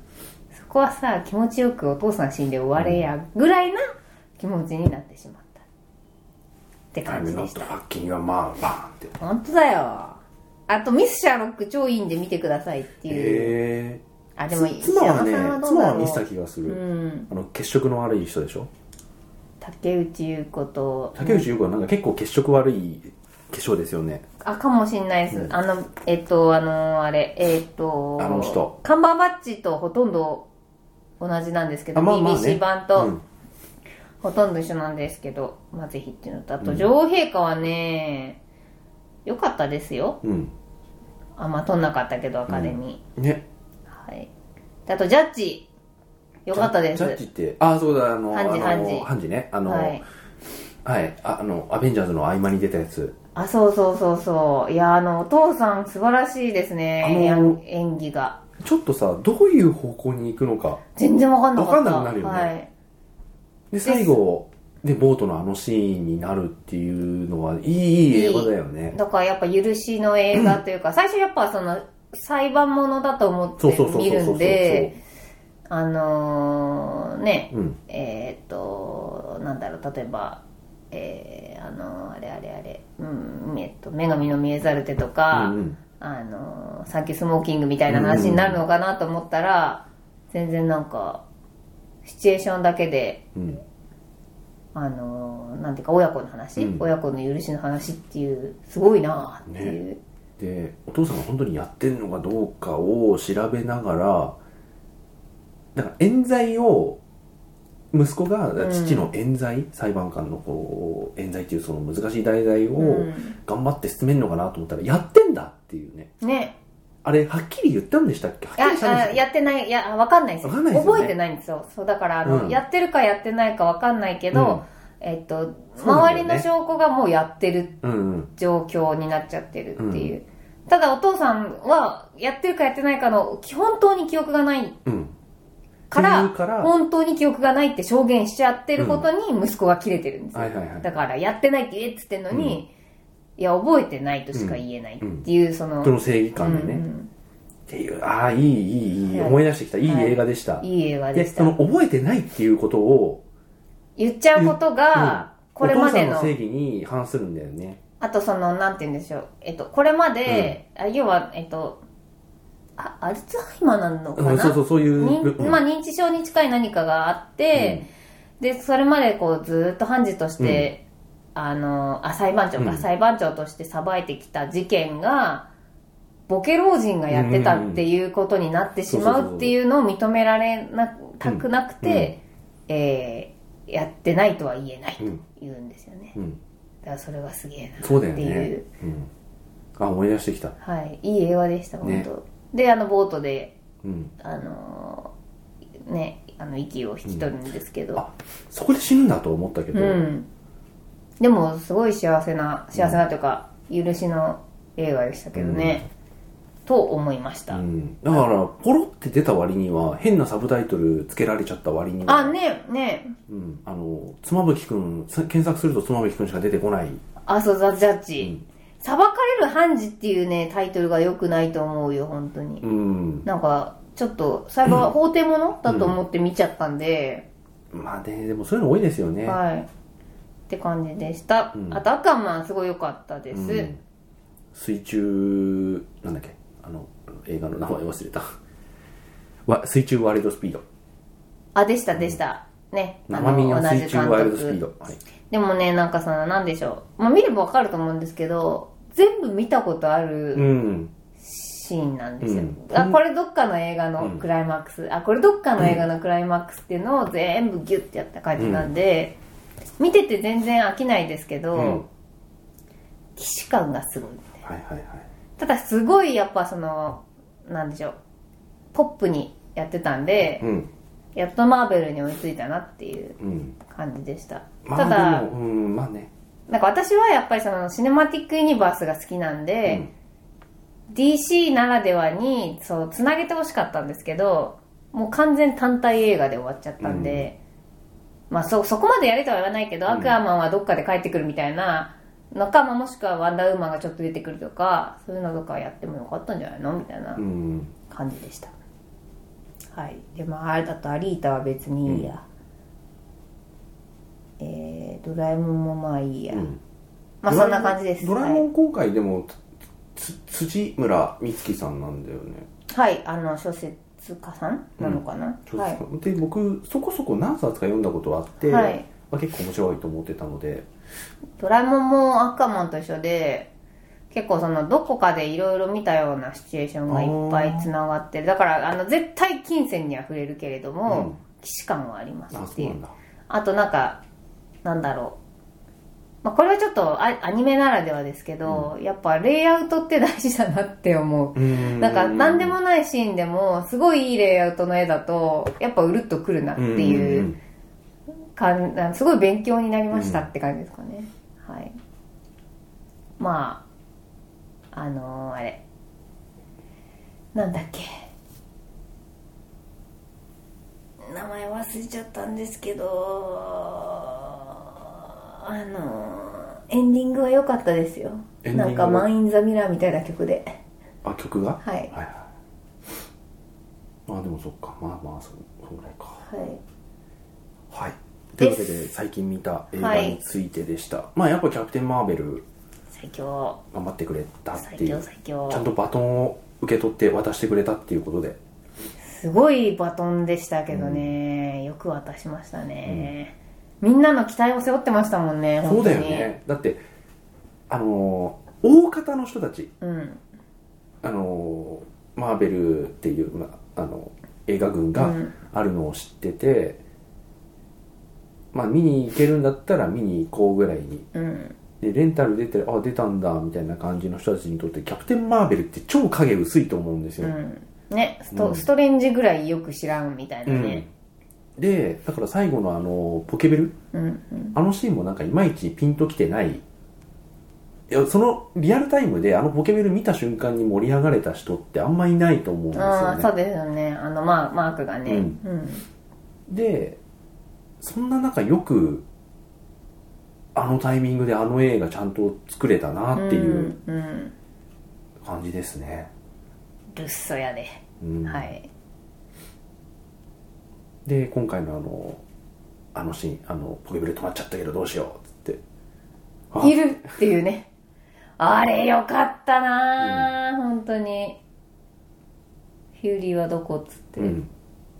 B: そこはさ気持ちよくお父さん死んで終われやぐらいな気持ちになってしまったって
A: タイ
B: 感
A: ム
B: じで
A: ノ
B: し
A: ッ
B: た
A: トハッキングがまあバーンって
B: 本当だよあとミス・シャーロック超いいんで見てくださいっていう、
A: へえ
B: あでも
A: 妻はね
B: 石山さんどう
A: 妻
B: だ
A: は
B: ろう
A: 見せた気がす
B: う
A: る、
B: ん
A: あの血色の悪い人でしょ
B: 竹内優子と
A: 竹内優子はなんか結構血色悪い化粧ですよね
B: あかもしんないです、
A: うん
B: あのえっとあのあれえっと
A: あの人
B: カンバーバッチとほとんど同じなんですけど、
A: あまあまあね
B: BBC 版
A: う
B: と
A: ん
B: ほとんど一緒なんですけど、まあぜひっていうのとあと女王陛下はね良かったですよ
A: うん
B: あんま取んなかったけどアカデミー、
A: ね
B: はい。であと、ジャッジ。よかったで
A: ジ
B: す。
A: ャッジってああそうだあの
B: ハンジ
A: あ
B: ハンジ
A: のハンジねあのは
B: はいい、。
A: ああのアベンジャーズの合間に出たやつ
B: あ、そうそうそうそう。いや、あの、お父さん素晴らしいですね。
A: あの
B: 演演技が。
A: ちょっとさどういう方向に行くのか
B: 全然わかんなかった。
A: わかんなくなるよね
B: はい。
A: で最後でボートのあのシーンになるっていうのはいいいい映画だよね
B: だからやっぱ許しの映画というか、最初やっぱその、裁判ものだと思
A: そう
B: っ
A: そう
B: て
A: そう
B: 見
A: そう
B: る
A: そ
B: ん
A: う
B: で、あのーね、
A: うん
B: えーっと、なんだろう、例えば、えー、あのーあれあれあれ、うん、えっと、女神の見えざる手とか、
A: うんうん
B: あのー、サンキュースモーキングみたいな話になるのかなと思ったら、全然なんか、シチュエーションだけで、
A: うん
B: あのー、なんていうか親子の話、
A: うん
B: 親子の許しの話っていう、すごいなあっていう。
A: でお父さんが本当にやってんのかどうかを調べながらだから冤罪を息子が
B: ん
A: 父の冤罪、裁判官のこう冤罪っていうその難しい題材
B: う
A: を
B: ん
A: 頑張って進めるのかなと思ったら、やってんだっていうね
B: ね。
A: あれはっきり言ったんでしたっけはっき
B: あ
A: りしたんでし
B: あ
A: たっけ
B: やってない、いや、わかんないです
A: わかんないですよね
B: 覚えてないんですよ。そう、だから、あの、
A: うん
B: やってるかやってないかわかんないけど、えっと、
A: そうなんだ
B: 周
A: よ
B: り
A: ね
B: の証拠がもうやってる
A: うんうん
B: 状況になっちゃってるっていう、ただお父さんはやってるかやってないかの基本当に記憶がない
A: うん
B: か
A: っ
B: ら
A: ていうから
B: 本当に記憶がないって証言しちゃってることに息子が切れてるんですよ、
A: はいはいはい
B: だからやってないって言えっつってんのに、いや覚えてないとしか言えないっていうその、
A: その正義
B: うん
A: 感でね、っ
B: うん
A: ていうああいいいいいい、
B: はい
A: 思い出してきたいい
B: はい
A: 映画でした、
B: いい映画
A: で
B: でし
A: そ
B: た
A: の覚えてないっていうことを
B: 言っちゃうことがこれまで
A: お父
B: の
A: さんの正義に反するんだよね
B: あとその、なんて言うんでしょう。えっと、これまで、あ要は、えっと、あ、アルツハイマーなのかな、
A: うんそうそうそういう
B: 認
A: うん
B: まあ、認知症に近い何かがあって、で、それまでこう、ずっと判事として、あの、あ、裁判長か、
A: うん
B: 裁判長として裁いてきた事件が、ボケ老人がやってたっていうことになってしまうっていうのを認められなたくなくて、えーやってないとは言えないと言うんですよね。
A: うん、
B: だからそれはすげえなってい
A: そううだよね、うん、あ思い出してきた、
B: はい、いい映画でした本
A: ね
B: 当、であのボートで
A: うん、
B: あのーねあの息を引き取るんですけど
A: あそこで死ぬんだと思ったけ
B: う
A: ど、
B: ん、でもすごい幸せな幸せなというか、許しの映画でしたけどね、と思いました、
A: うん、だからポロって出た割には変なサブタイトルつけられちゃった割には
B: あねね
A: うん、あの妻夫木くんさ検索すると妻夫木くんしか出てこない
B: あそうザ・ジャッジ、
A: うん
B: 裁かれる判事っていうねタイトルが良くないと思うよ本当に、
A: うん
B: なんかちょっと裁判は法廷ものだと思って見ちゃったんで、
A: まあねでもそういうの多いですよね、
B: はいって感じでした、
A: うん
B: あと「アクアマン」すごい良かったです、
A: うん水中なんだっけあの映画の名前忘れたわ水中ワイルドスピード
B: あでしたでした、ねあ
A: 生身の水中ワイルドスピード、はい、
B: でもねなんかそのなんでしょう、まあ、見ればわかると思うんですけど全部見たことあ
A: う
B: る
A: ん
B: シーンなんですよ、
A: うん
B: あこれどっかの映画
A: う
B: の
A: ん
B: クライマックス、あこれどっかの映画のクライマックスっていうのを全部ギュッてやった感じなんで、見てて全然飽きないですけど、
A: うん
B: 既視感がすごい
A: はいはいはい
B: ただすごいやっぱそのなんでしょうポップにやってたんで、
A: うん
B: やっとマーベルに追いついたなっていう
A: うん
B: 感じでした、
A: ま
B: ただ
A: あでもうんまあね
B: なんか私はやっぱりそのシネマティックユニバースが好きなんで、DC ならではにそうつなげてほしかったんですけどもう完全単体映画で終わっちゃったんで、まあそそこまでやれとは言わないけど、
A: うん
B: アクアマンはどっかで帰ってくるみたいなのか、まあ、もしくはワンダーウーマンがちょっと出てくるとかそういうのとかやってもよかったんじゃないのみたいな
A: うん
B: 感じでした、はいでまああれだとアリータは別にいいや、えー、ドラえもんもまあいいや、
A: うん
B: まあそんな感じです。
A: ドラえ
B: は
A: も
B: い
A: ん今回でもつつ辻村美月さんなんだよね
B: はい、あの小説家さんなのかな。
A: そう
B: は
A: です
B: い
A: か。で僕そこそこ何冊か読んだことはあって、
B: はい
A: まあ、結構面白いと思ってたので
B: ドラえもんもアッカーマンと一緒で、結構そのどこかでいろいろ見たようなシチュエーションがいっぱいつながってる。だからあの絶対金銭には触れるけれども、
A: うん
B: 既視感はあります
A: あ
B: っ
A: そ
B: て
A: う
B: い
A: なん
B: う。
A: だ
B: あとなんか、なんだろう。まあこれはちょっとアアニメならではですけど、やっぱレイアウトって大事だなって思う。なんか何でもないシーンでもすごいいいレイアウトの絵だとやっぱうるっとくるなってい
A: ん
B: う感あすごい勉強になりましたって感じですかね、はいまああのーあれなんだっけ名前忘れちゃったんですけどあのーエンディングは良かったですよ
A: エンディン
B: なん
A: グ
B: か「満員ザミラー」みたいな曲で
A: あ曲が
B: はい
A: はいはいあでもそっかまあまあそそぐらいか
B: はい
A: はいというわ
B: です
A: けで最近見た映
B: は
A: 画
B: い
A: についてでした、まあやっぱキャプテン・マーベル
B: 最強
A: 頑張ってくれたっ
B: 最
A: てい
B: 強
A: う
B: 最強
A: ちゃんとバトンを受け取って渡してくれたっていうことです
B: ごいバトンでしたけどね、よく渡しましたね、みんなの期待を背負ってましたもんね
A: そ
B: 本
A: う
B: 当
A: だ
B: に
A: よねだってあのー大方の人たち
B: うん
A: あのーマーベルっていう、ま、あの映画群が
B: うん
A: あるのを知ってて、まあ、見に行けるんだったら見に行こうぐらいに
B: うん
A: でレンタル出てあ出たんだみたいな感じの人たちにとってキャプテン・マーベルって超影薄いと思うんです
B: う
A: よ、
B: んねスト,、
A: うん
B: ストレンジぐらいよく知らんみたいなね
A: うんでだから最後のあのポケベル
B: うんうん
A: あのシーンもなんかいまいちピンときてないいやそのリアルタイムであのポケベル見た瞬間に盛り上がれた人ってあんまいないと思うんですよ
B: あ
A: ね
B: あそうですよねあのマーマークがね
A: う
B: うんん、
A: でそんな中よくあのタイミングであの映画ちゃんと作れたなっていう
B: うん、うん
A: 感じですね、
B: ルッソやで、
A: うん
B: はい
A: で今回のあのあのシーンあのポケベル止まっちゃったけどどうしようっつってあ
B: いるっていうねあれよかったな、ー本当にフューリーはどこっつって、
A: うん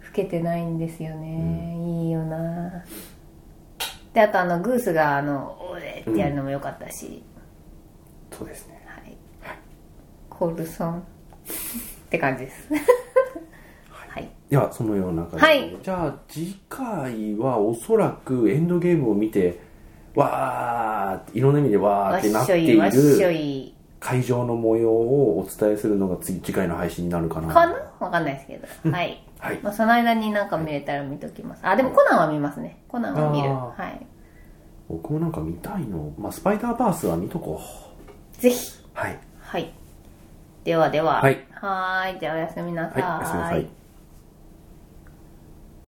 B: 老けてないんですよね、いいよなであとあのグースがあの「おえ!」ってやるのも良かったし、
A: そうですね
B: はいコルソンって感じですはい
A: ではそのような感じで、
B: はい
A: じゃあ次回はおそらくエンドゲームを見てわーっていろんな意味でわー
B: わ
A: ってな
B: っ
A: っ
B: してょいわっしょ
A: いる
B: い
A: 会場の模様をお伝えするのが次次回の配信になるかな
B: かなわかんないです けどはい、
A: はい
B: まあ、その間になんか見れたら見ときますあでもコナンは見ますねコナンは見る
A: あ
B: はい
A: 僕僕もなんか見たいの、まあ、スパイダーバースは見とこ
B: ぜひ
A: うはい
B: はいではでは
A: はい
B: はーいじゃあおやすみな
A: は
B: さ
A: いおやすみなさい